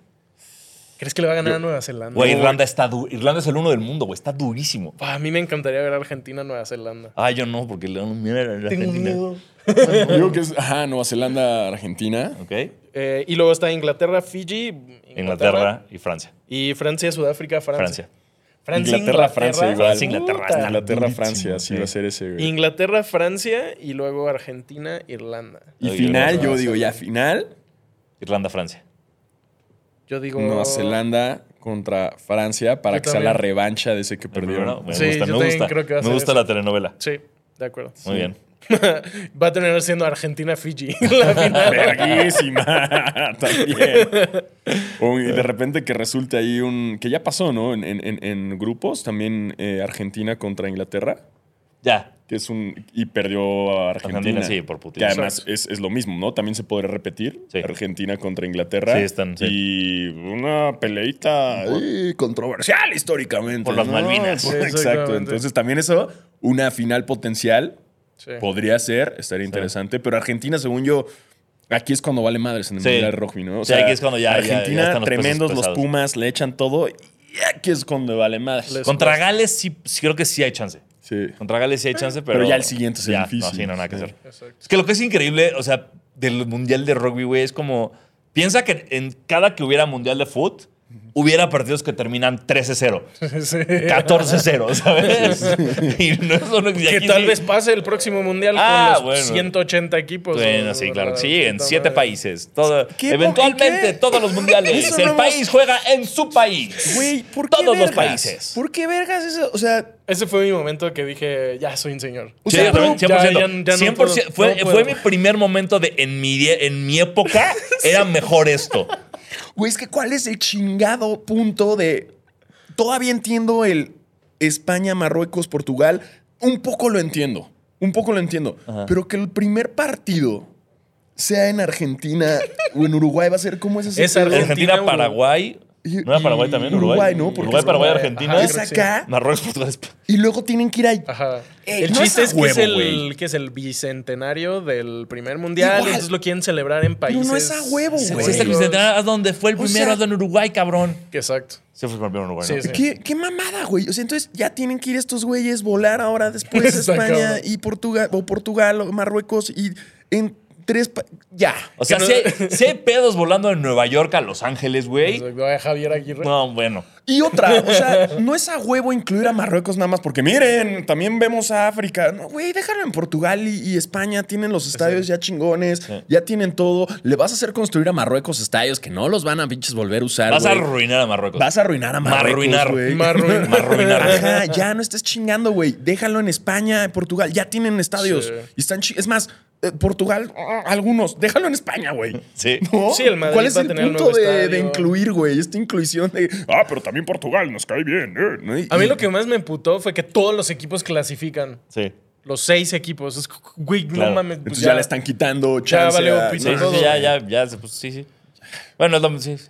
Speaker 3: ¿Crees que le va a ganar a Nueva Zelanda?
Speaker 1: Güey, Irlanda está du- Irlanda es el uno del mundo, güey. Está durísimo.
Speaker 3: Ah, A mí me encantaría ver a Argentina-Nueva Zelanda.
Speaker 1: Ay, yo no, porque le dan un miedo a la Argentina.
Speaker 2: Digo que es, ajá, Nueva Zelanda, Argentina.
Speaker 1: Ok.
Speaker 3: Eh, y luego está Inglaterra, Fiji, Inglaterra,
Speaker 1: Inglaterra y Francia.
Speaker 3: y Francia, Sudáfrica, Francia.
Speaker 1: Francia.
Speaker 3: Francia,
Speaker 2: Inglaterra, Francia, igual.
Speaker 1: Francia, Inglaterra,
Speaker 3: Puta.
Speaker 1: está
Speaker 2: Inglaterra,
Speaker 1: durísimo,
Speaker 2: Francia, sí
Speaker 1: sí.
Speaker 2: va a ser ese, güey.
Speaker 3: Inglaterra, Francia y luego Argentina, Irlanda.
Speaker 2: Y
Speaker 1: Oye,
Speaker 2: final,
Speaker 1: no,
Speaker 2: yo
Speaker 1: no,
Speaker 2: digo,
Speaker 1: no.
Speaker 2: ya final,
Speaker 1: Irlanda, Francia.
Speaker 3: Yo digo.
Speaker 2: Nueva Zelanda contra Francia para
Speaker 3: Yo
Speaker 2: que sea la
Speaker 3: también.
Speaker 2: revancha de ese que perdieron.
Speaker 1: Me
Speaker 3: Sí,
Speaker 1: gusta,
Speaker 3: yo
Speaker 1: me
Speaker 3: también
Speaker 1: gusta.
Speaker 3: creo que va a
Speaker 1: me
Speaker 3: ser
Speaker 1: gusta
Speaker 3: eso.
Speaker 1: la telenovela.
Speaker 3: Sí, de acuerdo.
Speaker 1: Muy bien.
Speaker 3: Va a terminar siendo Argentina-Fiji [LAUGHS] la final.
Speaker 2: Verguísima. [LAUGHS] También. O- y de repente que resulte ahí un. Que ya pasó, ¿no? En, en- en- en grupos, también eh, Argentina contra Inglaterra.
Speaker 1: Ya.
Speaker 2: Que es un. Y perdió a Argentina.
Speaker 1: Argentina, sí, por
Speaker 2: Que
Speaker 1: putiza.
Speaker 2: además es, es lo mismo, ¿no? También se podría repetir.
Speaker 1: Sí.
Speaker 2: Argentina contra Inglaterra.
Speaker 1: Sí, están, sí.
Speaker 2: Y una peleita ahí controversial históricamente.
Speaker 1: Por las
Speaker 2: ¿no?
Speaker 1: Malvinas.
Speaker 2: Por- [LAUGHS]
Speaker 3: Sí,
Speaker 2: exacto.
Speaker 3: exactamente.
Speaker 2: Entonces también eso, una final potencial.
Speaker 3: Sí.
Speaker 2: Podría ser, estaría interesante, pero Argentina, según yo, aquí es cuando vale madres en el
Speaker 1: Sí.
Speaker 2: Mundial de Rugby, ¿no? O
Speaker 1: Sí, aquí es cuando ya- ya- ya
Speaker 2: Argentina,
Speaker 1: están los pesos
Speaker 2: tremendos los
Speaker 1: pesados.
Speaker 2: Pumas, le echan todo y aquí es cuando vale madres.
Speaker 3: Les-
Speaker 1: Contra Gales sí, sí creo que sí hay chance.
Speaker 2: Sí.
Speaker 1: Contra Gales sí hay chance, pero...
Speaker 2: Pero ya el siguiente es el
Speaker 1: Ya,
Speaker 2: difícil.
Speaker 1: No, sí, no, nada que
Speaker 2: Sí.
Speaker 1: hacer.
Speaker 3: Exacto.
Speaker 1: Es que lo que es increíble, o sea, del Mundial de Rugby, güey, es como... Piensa que en cada que hubiera Mundial de Foot, hubiera partidos que terminan 13-0,
Speaker 3: Sí.
Speaker 1: 14-0, ¿sabes? [LAUGHS] y no, eso no- y
Speaker 3: Que
Speaker 1: aquí
Speaker 3: tal
Speaker 1: sí.
Speaker 3: vez pase el próximo mundial
Speaker 1: Ah,
Speaker 3: con los
Speaker 1: bueno.
Speaker 3: 180 equipos.
Speaker 1: Bueno,
Speaker 3: o-
Speaker 1: sí, claro. que Sí,
Speaker 3: puta
Speaker 1: en siete
Speaker 3: madre.
Speaker 1: países. Todo,
Speaker 2: ¿Qué po-
Speaker 1: eventualmente,
Speaker 2: y qué?
Speaker 1: todos los mundiales.
Speaker 2: Eso
Speaker 1: el
Speaker 2: no hemos-
Speaker 1: país juega en su país.
Speaker 2: Güey, ¿por qué
Speaker 1: Todos los
Speaker 2: vergas?
Speaker 1: países.
Speaker 2: ¿Por qué vergas eso? O sea,
Speaker 3: Ese fue mi momento que dije, ya soy un señor.
Speaker 1: Sí,
Speaker 2: sea,
Speaker 1: también,
Speaker 3: ya-
Speaker 1: 100%.
Speaker 3: ya- ya no
Speaker 1: 100%.
Speaker 3: puedo,
Speaker 1: fue,
Speaker 3: no puedo.
Speaker 1: fue mi primer momento de en mi, die- en mi
Speaker 2: [LAUGHS]
Speaker 1: época era mejor esto.
Speaker 2: güey, es que ¿cuál es el chingado punto de... Todavía entiendo el España, Marruecos, Portugal. Un poco lo entiendo. Un poco lo entiendo. Pero que el primer partido sea en Argentina o en Uruguay va a ser como ese...
Speaker 3: Es Argentina,
Speaker 1: Argentina,
Speaker 3: Uruguay.
Speaker 1: Paraguay.
Speaker 2: Y-
Speaker 1: ¿No era Paraguay
Speaker 2: y
Speaker 1: también? Uruguay.
Speaker 2: Uruguay, ¿no? Porque
Speaker 1: Uruguay,
Speaker 2: es
Speaker 1: Paraguay,
Speaker 3: Uruguay.
Speaker 1: Argentina.
Speaker 3: Ajá,
Speaker 2: es
Speaker 3: creo que sí.
Speaker 2: acá
Speaker 1: Marruecos, Portugal. España.
Speaker 2: y luego tienen que ir ahí.
Speaker 3: Ajá.
Speaker 2: Eh,
Speaker 3: el
Speaker 2: no
Speaker 3: chiste
Speaker 2: es
Speaker 3: es
Speaker 2: a
Speaker 3: que es
Speaker 2: huevo,
Speaker 3: el,
Speaker 2: güey.
Speaker 3: que es el bicentenario del primer mundial.
Speaker 2: Igual.
Speaker 3: Entonces lo quieren celebrar en países.
Speaker 2: no es a huevo,
Speaker 3: Sí,
Speaker 2: güey.
Speaker 1: Sí, está
Speaker 3: sí,
Speaker 1: Cristian, ¿a dónde fue el primero?
Speaker 2: sea-
Speaker 1: Hazlo en Uruguay, cabrón.
Speaker 3: Exacto.
Speaker 1: Sí, fue el primero en Uruguay.
Speaker 3: Sí,
Speaker 1: ¿no?
Speaker 3: sí.
Speaker 2: ¿Qué, qué mamada, güey. O sea, entonces ya tienen que ir estos güeyes, volar ahora después a
Speaker 3: Está
Speaker 2: España
Speaker 3: cabrón.
Speaker 2: y Portugal, o Portugal, o Marruecos, y en tres... pa- Ya.
Speaker 1: O sea,
Speaker 3: Que no-
Speaker 1: sé pedos volando de Nueva York a Los Ángeles,
Speaker 2: [LAUGHS]
Speaker 1: güey.
Speaker 3: Exacto. Ay, Javier Aguirre.
Speaker 1: No, bueno.
Speaker 2: Y otra, o sea, no es a huevo incluir a Marruecos nada más porque miren, también vemos a África. No, güey, déjalo en Portugal y, y España, tienen los estadios ya chingones, ya tienen todo. Le vas a hacer construir a Marruecos estadios que no los van a pinches volver a usar.
Speaker 1: Vas a
Speaker 2: güey.
Speaker 1: arruinar a Marruecos.
Speaker 2: Vas a arruinar a Marruecos.
Speaker 1: Marruinar.
Speaker 2: güey.
Speaker 3: Marruin-
Speaker 1: Marruinar.
Speaker 2: Ajá, ya no estés chingando, güey. Déjalo en España, en Portugal. Ya tienen estadios.
Speaker 3: Sí.
Speaker 2: Y están chi- Es más, eh, Portugal, ah, algunos. Déjalo en España, güey.
Speaker 1: Sí.
Speaker 2: ¿No?
Speaker 3: Sí, el Madrid
Speaker 2: ¿Cuál es
Speaker 3: va a
Speaker 2: el
Speaker 3: tener
Speaker 2: punto
Speaker 3: nuevo
Speaker 2: de, de
Speaker 3: estadio.
Speaker 2: incluir, güey? Esta inclusión de. Ah, pero también Portugal nos cae bien, eh", ¿no? Y-
Speaker 3: A mí lo
Speaker 2: y-
Speaker 3: que más me emputó fue que todos los equipos clasifican.
Speaker 1: Sí.
Speaker 3: Los seis equipos. Es, güey,
Speaker 1: Claro.
Speaker 3: no mames. pues
Speaker 2: Entonces ya, le están quitando chance.
Speaker 3: valió
Speaker 2: a-
Speaker 3: pito.
Speaker 1: Sí, sí,
Speaker 3: Todo.
Speaker 1: sí, ya, ya, ya se puso- sí, sí. Bueno, es lo- sí, sí.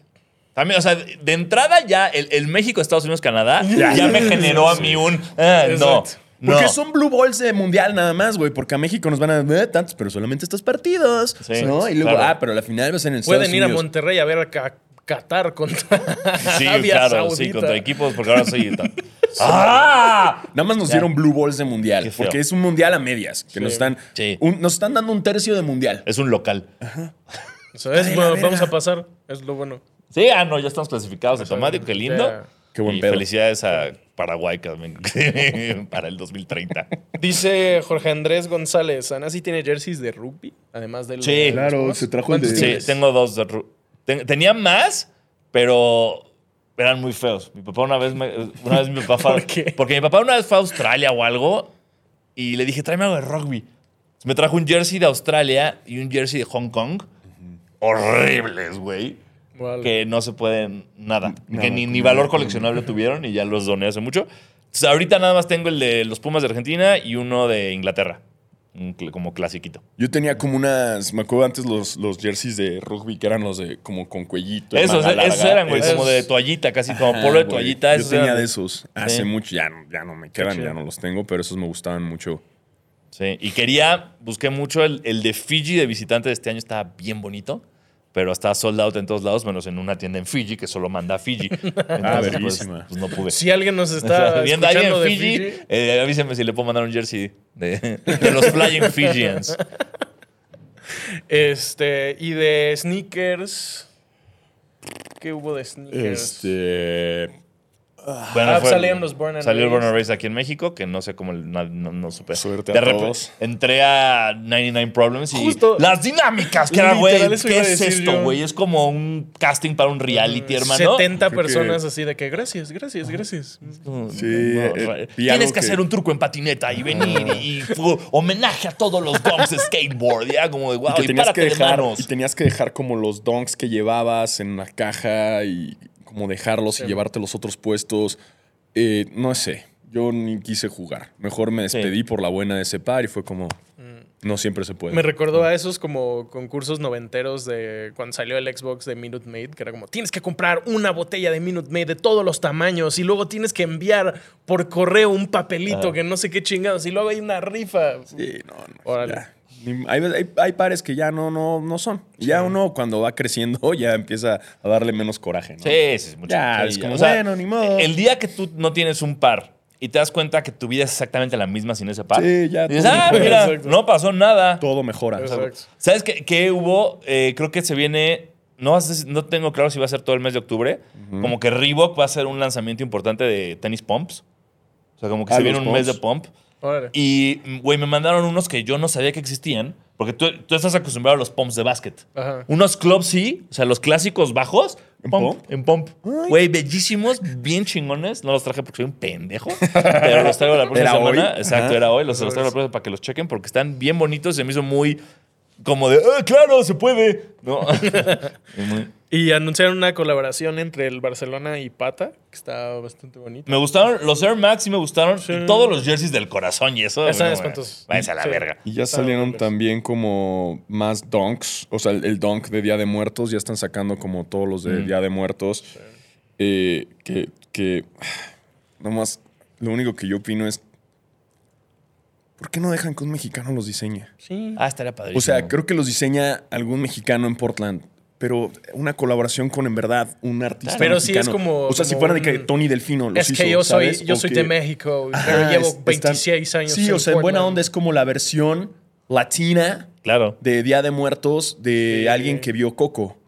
Speaker 1: También, o sea, de entrada ya el, el México, Estados Unidos, Canadá, ya,
Speaker 2: Ya.
Speaker 1: me generó a mí un ah, no,
Speaker 3: Exacto.
Speaker 1: no.
Speaker 2: Porque son Blue Balls de mundial nada más, güey. Porque a México nos van a dar "Eh, tantos, pero solamente estos partidos.
Speaker 1: Sí,
Speaker 2: ¿no? Y luego,
Speaker 1: claro.
Speaker 2: ah, pero la final va a ser en Estados
Speaker 3: Pueden ir a
Speaker 2: Unidos".
Speaker 3: Monterrey a ver a Ca- Qatar contra
Speaker 1: [LAUGHS] Sí,
Speaker 3: Arabia
Speaker 1: claro,
Speaker 3: Saudita.
Speaker 1: sí, contra equipos, porque ahora soy
Speaker 2: [LAUGHS]
Speaker 1: ¡Ah!
Speaker 2: Nada más nos dieron Blue Balls de mundial,
Speaker 1: Qué feo.
Speaker 2: porque es un mundial a medias, que nos están
Speaker 1: Sí.
Speaker 2: un- nos están dando un tercio de mundial.
Speaker 1: Es un local.
Speaker 3: Eso es,
Speaker 2: Ay, la
Speaker 3: bueno,
Speaker 2: verga.
Speaker 3: vamos a pasar. Es lo bueno.
Speaker 1: Sí, ah, no, ya estamos clasificados automático, qué lindo.
Speaker 3: Ya.
Speaker 2: Qué buen
Speaker 1: Y
Speaker 2: pedo.
Speaker 1: Felicidades a Paraguay que también- [LAUGHS] para el 2030.
Speaker 3: Dice Jorge Andrés González, Ana sí tiene jerseys de rugby, además del...
Speaker 1: Sí.
Speaker 2: Claro, se trajo el
Speaker 3: ¿Cuántos
Speaker 2: de-
Speaker 1: Sí,
Speaker 3: tienes?
Speaker 1: tengo dos. de Ru- ten- tenía más, pero eran muy feos. Mi papá una vez, me- una vez mi papá fue,
Speaker 3: ¿Por qué?
Speaker 1: porque mi papá una vez fue a Australia o algo y le dije, tráeme algo de rugby. Me trajo un jersey de Australia y un jersey de Hong Kong. Horribles, güey.
Speaker 3: Vale.
Speaker 1: Que no se pueden nada. que ni, ni valor coleccionable tuvieron y ya los doné hace mucho. Entonces, ahorita nada más tengo el de los Pumas de Argentina y uno de Inglaterra. Un cl- como clasiquito.
Speaker 2: Yo tenía como unas, me acuerdo antes los, los jerseys de rugby que eran los de como con cuellito. y
Speaker 1: Esos,
Speaker 2: manga
Speaker 1: esos
Speaker 2: larga.
Speaker 1: eran, güey,
Speaker 2: Esos.
Speaker 1: como de toallita, casi como
Speaker 2: Ajá,
Speaker 1: polo de
Speaker 2: güey.
Speaker 1: toallita.
Speaker 2: Yo
Speaker 1: esos
Speaker 2: tenía
Speaker 1: eran-
Speaker 2: de esos hace
Speaker 1: Sí.
Speaker 2: mucho, ya no, ya no me quedan,
Speaker 3: chido.
Speaker 2: ya no los tengo, pero esos me gustaban mucho.
Speaker 1: Sí, y quería, busqué mucho el, el de Fiji de visitante de este año, estaba bien bonito, pero estaba sold out en todos lados, menos en una tienda en Fiji que solo manda a Fiji. Entonces, pues,
Speaker 2: verguísima.
Speaker 1: pues no pude. [LAUGHS]
Speaker 3: Si alguien nos
Speaker 1: O sea,
Speaker 3: está
Speaker 1: viendo a alguien
Speaker 3: escuchando
Speaker 1: en
Speaker 3: de
Speaker 1: Fiji,
Speaker 3: Fiji,
Speaker 1: eh, avísenme si le puedo mandar un jersey de, [LAUGHS] de los Flying Fijians.
Speaker 3: este, y de sneakers... ¿Qué hubo de sneakers?
Speaker 2: Este.
Speaker 1: Bueno,
Speaker 3: Ah,
Speaker 1: fue-
Speaker 3: salieron los Born and
Speaker 1: Salió el Born and
Speaker 3: Raised.
Speaker 1: Raised aquí en México, que no sé cómo el- na- no, no supe.
Speaker 2: Suerte
Speaker 1: De
Speaker 2: a
Speaker 1: rep-
Speaker 2: todos.
Speaker 1: Entré a 99 Problems y
Speaker 3: Justo.
Speaker 1: las dinámicas que era,
Speaker 3: Literal,
Speaker 1: güey.
Speaker 3: eso
Speaker 1: ¿Qué
Speaker 3: iba a
Speaker 1: es
Speaker 3: decir
Speaker 1: esto,
Speaker 3: yo.
Speaker 1: güey? Es como un casting para un reality, hermano.
Speaker 3: 70
Speaker 2: Creo que-
Speaker 3: personas así de que gracias, gracias, gracias.
Speaker 1: Sí,
Speaker 2: Sí, eh, vi
Speaker 1: tienes
Speaker 2: algo
Speaker 1: que
Speaker 2: que-
Speaker 1: hacer un truco en patineta y venir y, y fu- homenaje a todos los dogs de skateboard. Ya, como de wow,
Speaker 2: Y que
Speaker 1: y,
Speaker 2: tenías
Speaker 1: párate
Speaker 2: que
Speaker 1: de
Speaker 2: dejar,
Speaker 1: manos.
Speaker 2: y tenías que dejar como los donks que llevabas en la caja y como dejarlos y llevarte los otros puestos. Eh, no sé, yo ni quise jugar. Mejor me
Speaker 1: Sí. Mm.
Speaker 2: despedí por la buena de ese par y fue como, no siempre se puede.
Speaker 3: Me recordó a esos como concursos noventeros de cuando salió el Xbox de Minute Maid, que era como, tienes que comprar una botella de Minute Maid de todos los tamaños y luego tienes que enviar por correo un papelito que no sé qué chingados y luego hay una rifa.
Speaker 2: Sí, no, no,
Speaker 3: Órale.
Speaker 2: ya. Ni- Hay, hay- hay pares que ya no, no, no son. Y Ya uno cuando va creciendo [LAUGHS] ya empieza a darle menos coraje. ¿no?
Speaker 1: Sí, sí, es mucho.
Speaker 2: Ya,
Speaker 1: sí,
Speaker 2: es como,
Speaker 1: o sea,
Speaker 2: bueno, ni modo.
Speaker 1: El día que tú no tienes un par y te das cuenta que tu vida es exactamente la misma sin ese par.
Speaker 2: Sí, ya,
Speaker 1: dices,
Speaker 2: todo
Speaker 1: ah,
Speaker 2: mejora".
Speaker 1: mira,
Speaker 3: Exacto.
Speaker 1: no pasó nada.
Speaker 2: Todo mejora.
Speaker 3: Exacto.
Speaker 1: ¿Sabes qué, qué hubo? Eh, creo que se viene. No, sé- no tengo claro si va a ser todo el mes de octubre. Como que Reebok va a hacer un lanzamiento importante de tenis pumps. O sea, como que
Speaker 2: Ah,
Speaker 1: se viene un
Speaker 2: los
Speaker 1: mes de
Speaker 2: pumps.
Speaker 1: pump.
Speaker 3: Órale.
Speaker 1: Y, mm, güey, me mandaron unos que yo no sabía que existían. Porque tú, tú estás acostumbrado a los pumps de básquet.
Speaker 3: Ajá.
Speaker 1: Unos clubs sí, o sea, los clásicos bajos.
Speaker 2: ¿En pump?
Speaker 1: En pump. Güey, bellísimos, bien chingones. No los traje porque soy un pendejo. [LAUGHS] pero los traigo la próxima
Speaker 2: ¿Era
Speaker 1: semana.
Speaker 2: hoy?
Speaker 1: Exacto,
Speaker 2: Ajá.
Speaker 1: era hoy. Los, los traigo la próxima para que los chequen porque están bien bonitos. Se me hizo muy como de, "Ah, claro, se puede! ¿No? [LAUGHS] Y muy-
Speaker 3: Y anunciaron una colaboración entre el Barcelona y Pata, que está bastante bonito.
Speaker 1: me gustaron, los Air Max sí me gustaron.
Speaker 3: Sí.
Speaker 1: Y todos los jerseys del corazón y eso.
Speaker 3: Ya sabes
Speaker 1: bueno,
Speaker 3: cuántos.
Speaker 1: Váyanse a la
Speaker 3: Sí.
Speaker 1: verga.
Speaker 2: Y ya
Speaker 3: Está
Speaker 2: salieron
Speaker 3: horrible.
Speaker 2: también como más donks. O sea, el, el donk de Día de Muertos. Ya están sacando como todos los
Speaker 3: Mm.
Speaker 2: de Día de Muertos. Eh, que, que. Nomás, lo único que yo opino es. ¿Por qué no dejan que un mexicano los diseñe?
Speaker 3: Sí.
Speaker 1: Ah, estaría padrísimo.
Speaker 2: O sea, creo que los diseña algún mexicano en Portland. Pero una colaboración con, en verdad, un artista
Speaker 3: Pero sí es
Speaker 2: mexicano.
Speaker 3: como-
Speaker 2: O sea, si
Speaker 3: como
Speaker 2: fuera de que
Speaker 3: un-
Speaker 2: Tony Delfino los
Speaker 3: Es que
Speaker 2: hizo,
Speaker 3: yo soy,
Speaker 2: ¿sabes?
Speaker 3: yo
Speaker 2: O
Speaker 3: soy
Speaker 2: que-
Speaker 3: de México, pero
Speaker 2: Ajá,
Speaker 3: llevo
Speaker 2: es- están-
Speaker 3: 26 años.
Speaker 2: Sí, o sea, en buena
Speaker 3: Portland.
Speaker 2: onda es como la versión latina [LAUGHS]
Speaker 1: Claro.
Speaker 2: de Día de Muertos de alguien que vio Coco.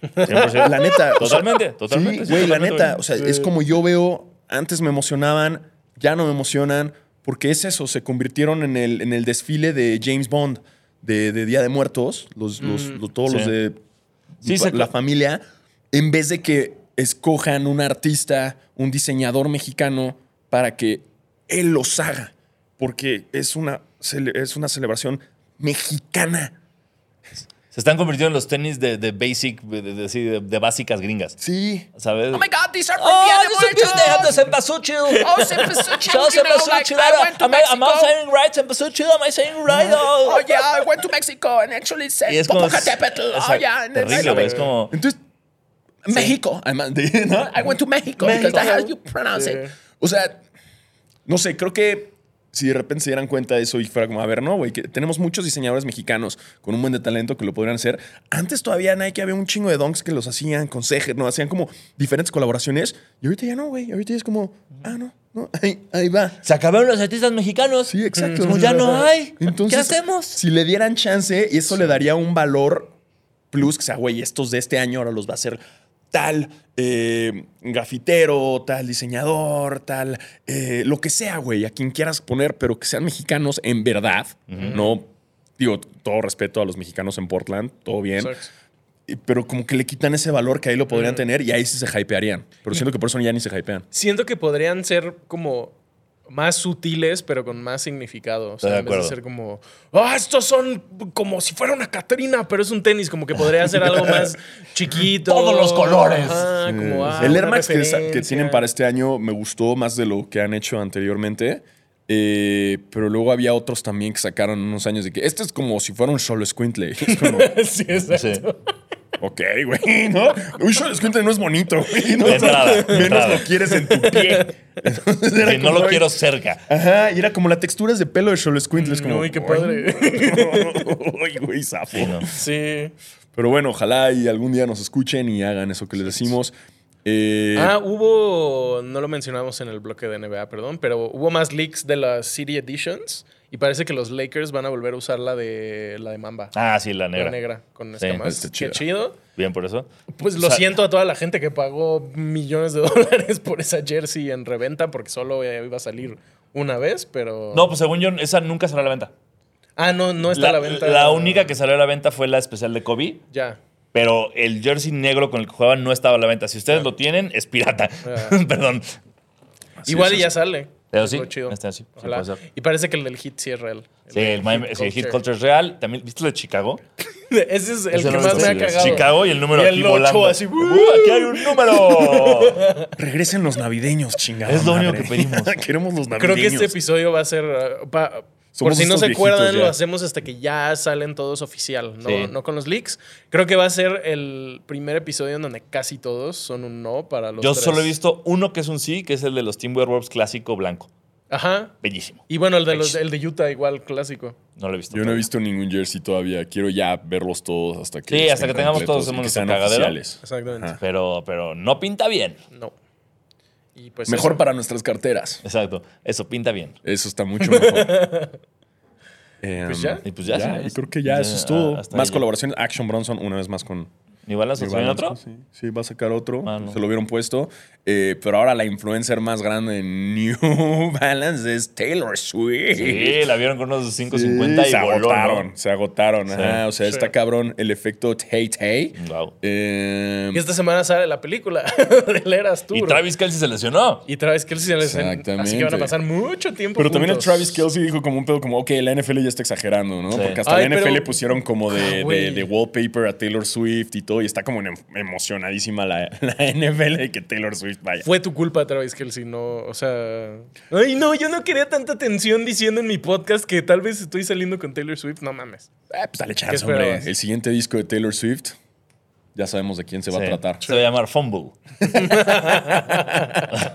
Speaker 1: 100%.
Speaker 3: [LAUGHS]
Speaker 2: La neta. o sea,
Speaker 1: Totalmente, totalmente.
Speaker 2: sí, güey, la
Speaker 1: totalmente,
Speaker 2: neta.
Speaker 1: güey.
Speaker 2: O sea, es como yo veo, antes me emocionaban, ya no me emocionan, porque es eso, se convirtieron en el, en el desfile de James Bond, de, de Día de Muertos, los, los- los- todos
Speaker 1: Mm, sí.
Speaker 2: los de
Speaker 1: Sí, se-
Speaker 2: la familia, en vez de que escojan un artista, un diseñador mexicano, para que él los haga, porque es una, cele- es una celebración mexicana.
Speaker 1: Se están convirtiendo en los tenis de, de basic, de, de- de- sí, de- de básicas gringas.
Speaker 2: Sí.
Speaker 1: ¿Sabes? Oh my
Speaker 4: God, these are from Dia de Muertos. Oh, Cempasúchil, you know, like, I went to Mexico.
Speaker 1: right? am I saying right?
Speaker 4: Oh, yeah, I went to Mexico and actually said
Speaker 1: Y es como...
Speaker 4: Popocatépetl. Oh,
Speaker 1: Exacto,
Speaker 4: yeah. and then-
Speaker 1: terrible, güey. Es como...
Speaker 2: Entonces, México, además de- [LAUGHS] ¿no?
Speaker 4: I went to Mexico, because that's how you pronounce it.
Speaker 2: O sea, no sé, creo que si de repente se dieran cuenta de eso y fuera como, a ver, no, güey, que tenemos muchos diseñadores mexicanos con un buen de talento que lo podrían hacer. Antes todavía Nike había un chingo de donks que los hacían con Seger, ¿no? Hacían como diferentes colaboraciones. Y ahorita ya no, güey. Ahorita ya es como, ah, no, no, ahí, ahí va.
Speaker 1: Se acabaron los artistas mexicanos.
Speaker 2: Sí, exacto.
Speaker 1: Como ya no hay.
Speaker 2: Entonces,
Speaker 1: ¿Qué hacemos?
Speaker 2: Si le dieran chance, eso le daría un valor plus, que sea, güey, estos de este año ahora los va a hacer tal eh, grafitero, tal diseñador, tal, eh, lo que sea, güey, a quien quieras poner, pero que sean mexicanos en verdad, no, digo, todo respeto a los mexicanos en Portland, todo bien.
Speaker 3: Exacto.
Speaker 2: y- Pero como que le quitan ese valor que ahí lo podrían tener y ahí sí se hypearían. Pero siento que por eso ya ni se hypean.
Speaker 3: Siento que podrían ser como más sutiles, pero con más significado. O
Speaker 1: Estoy
Speaker 3: sea,
Speaker 1: de
Speaker 3: en vez de
Speaker 1: acuerdo.
Speaker 3: ser como, ah, estos son como si fuera una Caterina, pero es un tenis, como que podría
Speaker 2: [LAUGHS]
Speaker 3: ser algo más chiquito.
Speaker 1: Todos los colores.
Speaker 3: Ajá, como, ah,
Speaker 2: Eh, el Air
Speaker 3: una
Speaker 2: Max que, sa- que
Speaker 3: referencia.
Speaker 2: tienen para este año me gustó más de lo que han hecho anteriormente. Eh, pero luego había otros también que sacaron unos años de que este es como si fuera un solo squintle. [LAUGHS] Es como,
Speaker 3: sí, exacto.
Speaker 1: Sí.
Speaker 2: ok, güey, ¿no? Un solo squintle no es bonito, güey. ¿no?
Speaker 1: De entrada, de
Speaker 2: Menos
Speaker 1: entrada.
Speaker 2: lo quieres
Speaker 1: [LAUGHS]
Speaker 2: en tu [LAUGHS] pie. Entonces era
Speaker 1: Que no
Speaker 2: como,
Speaker 1: lo
Speaker 2: güey,
Speaker 1: quiero cerca.
Speaker 2: Ajá, y era como la textura es de pelo de solo squintle. Es como,
Speaker 3: Uy, qué
Speaker 2: "Ay,
Speaker 3: padre.
Speaker 2: [LAUGHS]
Speaker 3: [LAUGHS]
Speaker 2: Ay, güey, sapo.
Speaker 1: Sí, no.
Speaker 3: Sí.
Speaker 2: Pero bueno, ojalá y algún día nos escuchen y hagan eso que les decimos. Eh,
Speaker 3: Ah, hubo, no lo mencionamos en el bloque de NBA, perdón, pero hubo más leaks de las City Editions. Y parece que los Lakers van a volver a usar la de, la de Mamba.
Speaker 1: Ah, sí, la negra.
Speaker 3: La negra con
Speaker 1: Sí,
Speaker 3: escamas.
Speaker 2: está
Speaker 3: Qué
Speaker 2: chido.
Speaker 3: chido.
Speaker 1: Bien por eso.
Speaker 3: Pues lo
Speaker 1: O sea,
Speaker 3: siento a toda la gente que pagó millones de [LAUGHS] dólares por esa jersey en reventa porque solo eh, iba a salir una vez, pero...
Speaker 1: No, pues según yo, esa nunca salió a la venta.
Speaker 3: Ah, no, no está
Speaker 1: La,
Speaker 3: a la venta.
Speaker 1: la única que salió a la venta fue la especial de Kobe,
Speaker 3: Ya.
Speaker 1: pero el jersey negro con el que jugaban no estaba a la venta. Si ustedes lo tienen, es pirata.
Speaker 3: Ah.
Speaker 1: [LAUGHS] Perdón.
Speaker 3: Igual
Speaker 2: es
Speaker 3: y ya sale.
Speaker 1: Pero
Speaker 3: Es
Speaker 1: sí,
Speaker 3: lo chido.
Speaker 1: está así, sí
Speaker 3: Ojalá.
Speaker 1: puede ser.
Speaker 3: y parece que el del hit sí es real.
Speaker 1: Sí, el, Miami- sí, el Heat Culture es real. También, ¿Viste lo de Chicago?
Speaker 3: [LAUGHS] Ese es el
Speaker 1: Ese
Speaker 3: que
Speaker 1: no
Speaker 3: más
Speaker 1: lo
Speaker 3: me ha
Speaker 1: sé.
Speaker 3: cagado.
Speaker 1: Chicago y el número
Speaker 3: Y
Speaker 1: aquí
Speaker 3: el ocho
Speaker 1: volando.
Speaker 3: así,
Speaker 1: ¡Uh, aquí hay un número!
Speaker 2: Regresen los navideños, chingada.
Speaker 1: Es lo único
Speaker 2: madre.
Speaker 1: que pedimos.
Speaker 2: [LAUGHS] Queremos los navideños.
Speaker 3: Creo que este episodio va a ser... uh, pa- por
Speaker 2: Somos
Speaker 3: si no
Speaker 2: estos
Speaker 3: se
Speaker 2: viejitos
Speaker 3: acuerdan,
Speaker 2: ya.
Speaker 3: lo hacemos hasta que ya salen todos oficial, no,
Speaker 1: Sí.
Speaker 3: no con los leaks. Creo que va a ser el primer episodio en donde casi todos son un no para los
Speaker 1: Yo
Speaker 3: tres.
Speaker 1: solo he visto uno que es un sí, que es el de los Team Werewolves clásico blanco.
Speaker 3: Ajá.
Speaker 1: Bellísimo.
Speaker 3: Y bueno, el de, los, el de Utah igual, clásico.
Speaker 1: No lo he visto.
Speaker 2: Yo no he
Speaker 1: todavía.
Speaker 2: visto ningún jersey todavía. Quiero ya verlos todos hasta que.
Speaker 1: Sí,
Speaker 2: estén
Speaker 1: hasta que tengamos
Speaker 2: completos
Speaker 1: todos,
Speaker 2: y que
Speaker 1: hacemos
Speaker 2: sean
Speaker 1: nuestro cagadero.
Speaker 2: oficiales.
Speaker 3: Exactamente.
Speaker 2: Ajá.
Speaker 1: Pero, pero no pinta bien.
Speaker 3: No. Y pues
Speaker 2: Mejor
Speaker 3: eso.
Speaker 2: para nuestras carteras.
Speaker 1: Exacto. Eso pinta bien.
Speaker 2: Eso está mucho mejor.
Speaker 1: [LAUGHS]
Speaker 2: Em,
Speaker 3: Pues ya.
Speaker 1: Y pues ya. sí,
Speaker 2: y
Speaker 1: es-
Speaker 2: creo que ya, eso es todo.
Speaker 1: hasta
Speaker 2: Más
Speaker 1: ahí.
Speaker 2: colaboraciones. Action Bronson, una vez más con.
Speaker 1: ¿Ni balas o
Speaker 2: Igual,
Speaker 1: también otro?
Speaker 2: Sí, sí, va a sacar otro.
Speaker 1: Ah, no.
Speaker 2: Se lo hubieron puesto. Eh, pero ahora la influencer más grande en [LAUGHS] New Balance es Taylor Swift.
Speaker 1: Sí, la vieron con unos 5.50
Speaker 2: se
Speaker 1: y voló.
Speaker 2: agotaron, se agotaron.
Speaker 1: Sí.
Speaker 2: ajá. o sea, está cabrón el efecto Tay Tay.
Speaker 1: Wow.
Speaker 2: Eh,
Speaker 3: Y esta semana sale la película [LAUGHS] del Eras Tour.
Speaker 1: Y Travis Kelsey se lesionó.
Speaker 3: Y Travis Kelsey se les Así que van
Speaker 2: Exactamente.
Speaker 3: a pasar mucho tiempo
Speaker 2: pero también el
Speaker 3: juntos.
Speaker 2: Travis Kelsey dijo como un pedo como, ok, la NFL ya está exagerando, ¿no?
Speaker 1: Sí.
Speaker 2: Porque hasta
Speaker 3: Ay,
Speaker 2: la NFL
Speaker 3: pero-
Speaker 2: le pusieron como de,
Speaker 3: Ah,
Speaker 2: de,
Speaker 3: güey.
Speaker 2: de wallpaper a Taylor Swift y todo, y está como em- emocionadísima la, la [LAUGHS] NFL de que Taylor Swift vaya.
Speaker 3: Fue tu culpa, Travis Kelsey, no, o sea... Ay, no, yo no quería tanta atención diciendo en mi podcast que tal vez estoy saliendo con Taylor Swift, no mames.
Speaker 2: Ah, pues dale
Speaker 3: ¿Qué
Speaker 2: chance,
Speaker 3: esperabas?
Speaker 2: hombre. El siguiente disco de Taylor Swift, ya sabemos de quién se va
Speaker 1: Sí.
Speaker 2: a tratar.
Speaker 1: Se va a llamar Fumble.
Speaker 2: [LAUGHS]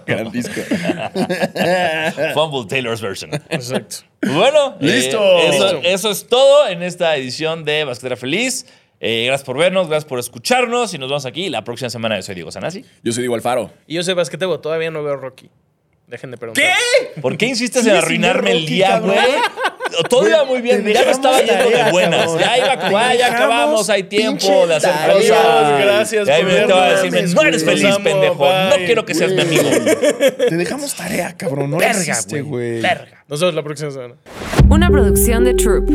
Speaker 2: Gran disco.
Speaker 1: Fumble Taylor's version. Pues
Speaker 3: Exacto.
Speaker 1: Bueno, eh,
Speaker 2: [LAUGHS] ¡Listo!
Speaker 1: eso,
Speaker 3: Listo.
Speaker 1: eso es todo en esta edición de Basquetera Feliz. Eh, gracias por vernos, gracias por escucharnos y nos vemos aquí la próxima semana. Yo soy Diego Sanasi.
Speaker 2: Yo soy Diego Alfaro.
Speaker 3: [LAUGHS] y yo sé basquetebo, todavía no veo Rocky. Dejen de preguntar.
Speaker 1: ¿Por qué insistes en arruinarme el
Speaker 2: Rocky,
Speaker 1: día,
Speaker 2: cabrón.
Speaker 1: güey? Todo
Speaker 2: Güey,
Speaker 1: iba muy bien,
Speaker 2: te
Speaker 1: ya me estaba
Speaker 2: dejamos
Speaker 1: yendo de
Speaker 2: tarea,
Speaker 1: buenas.
Speaker 2: cabrón.
Speaker 1: Ya iba como, ah, ya
Speaker 2: Te
Speaker 1: acabamos,
Speaker 2: dejamos
Speaker 1: hay tiempo
Speaker 2: pinche
Speaker 1: de hacer
Speaker 2: tarea.
Speaker 1: cosas.
Speaker 2: Adiós,
Speaker 3: gracias
Speaker 1: Y ahí
Speaker 3: por
Speaker 1: me te va a
Speaker 3: vernos,
Speaker 1: decirme, no
Speaker 3: güey.
Speaker 1: eres
Speaker 3: Los
Speaker 1: feliz,
Speaker 3: amo,
Speaker 1: pendejo. No
Speaker 3: bye.
Speaker 1: quiero que seas mi amigo.
Speaker 2: Te dejamos tarea, cabrón. No la
Speaker 1: Verga,
Speaker 2: hiciste,
Speaker 1: güey.
Speaker 2: güey.
Speaker 1: Verga.
Speaker 3: Nos vemos la próxima semana.
Speaker 5: Una producción de Troop.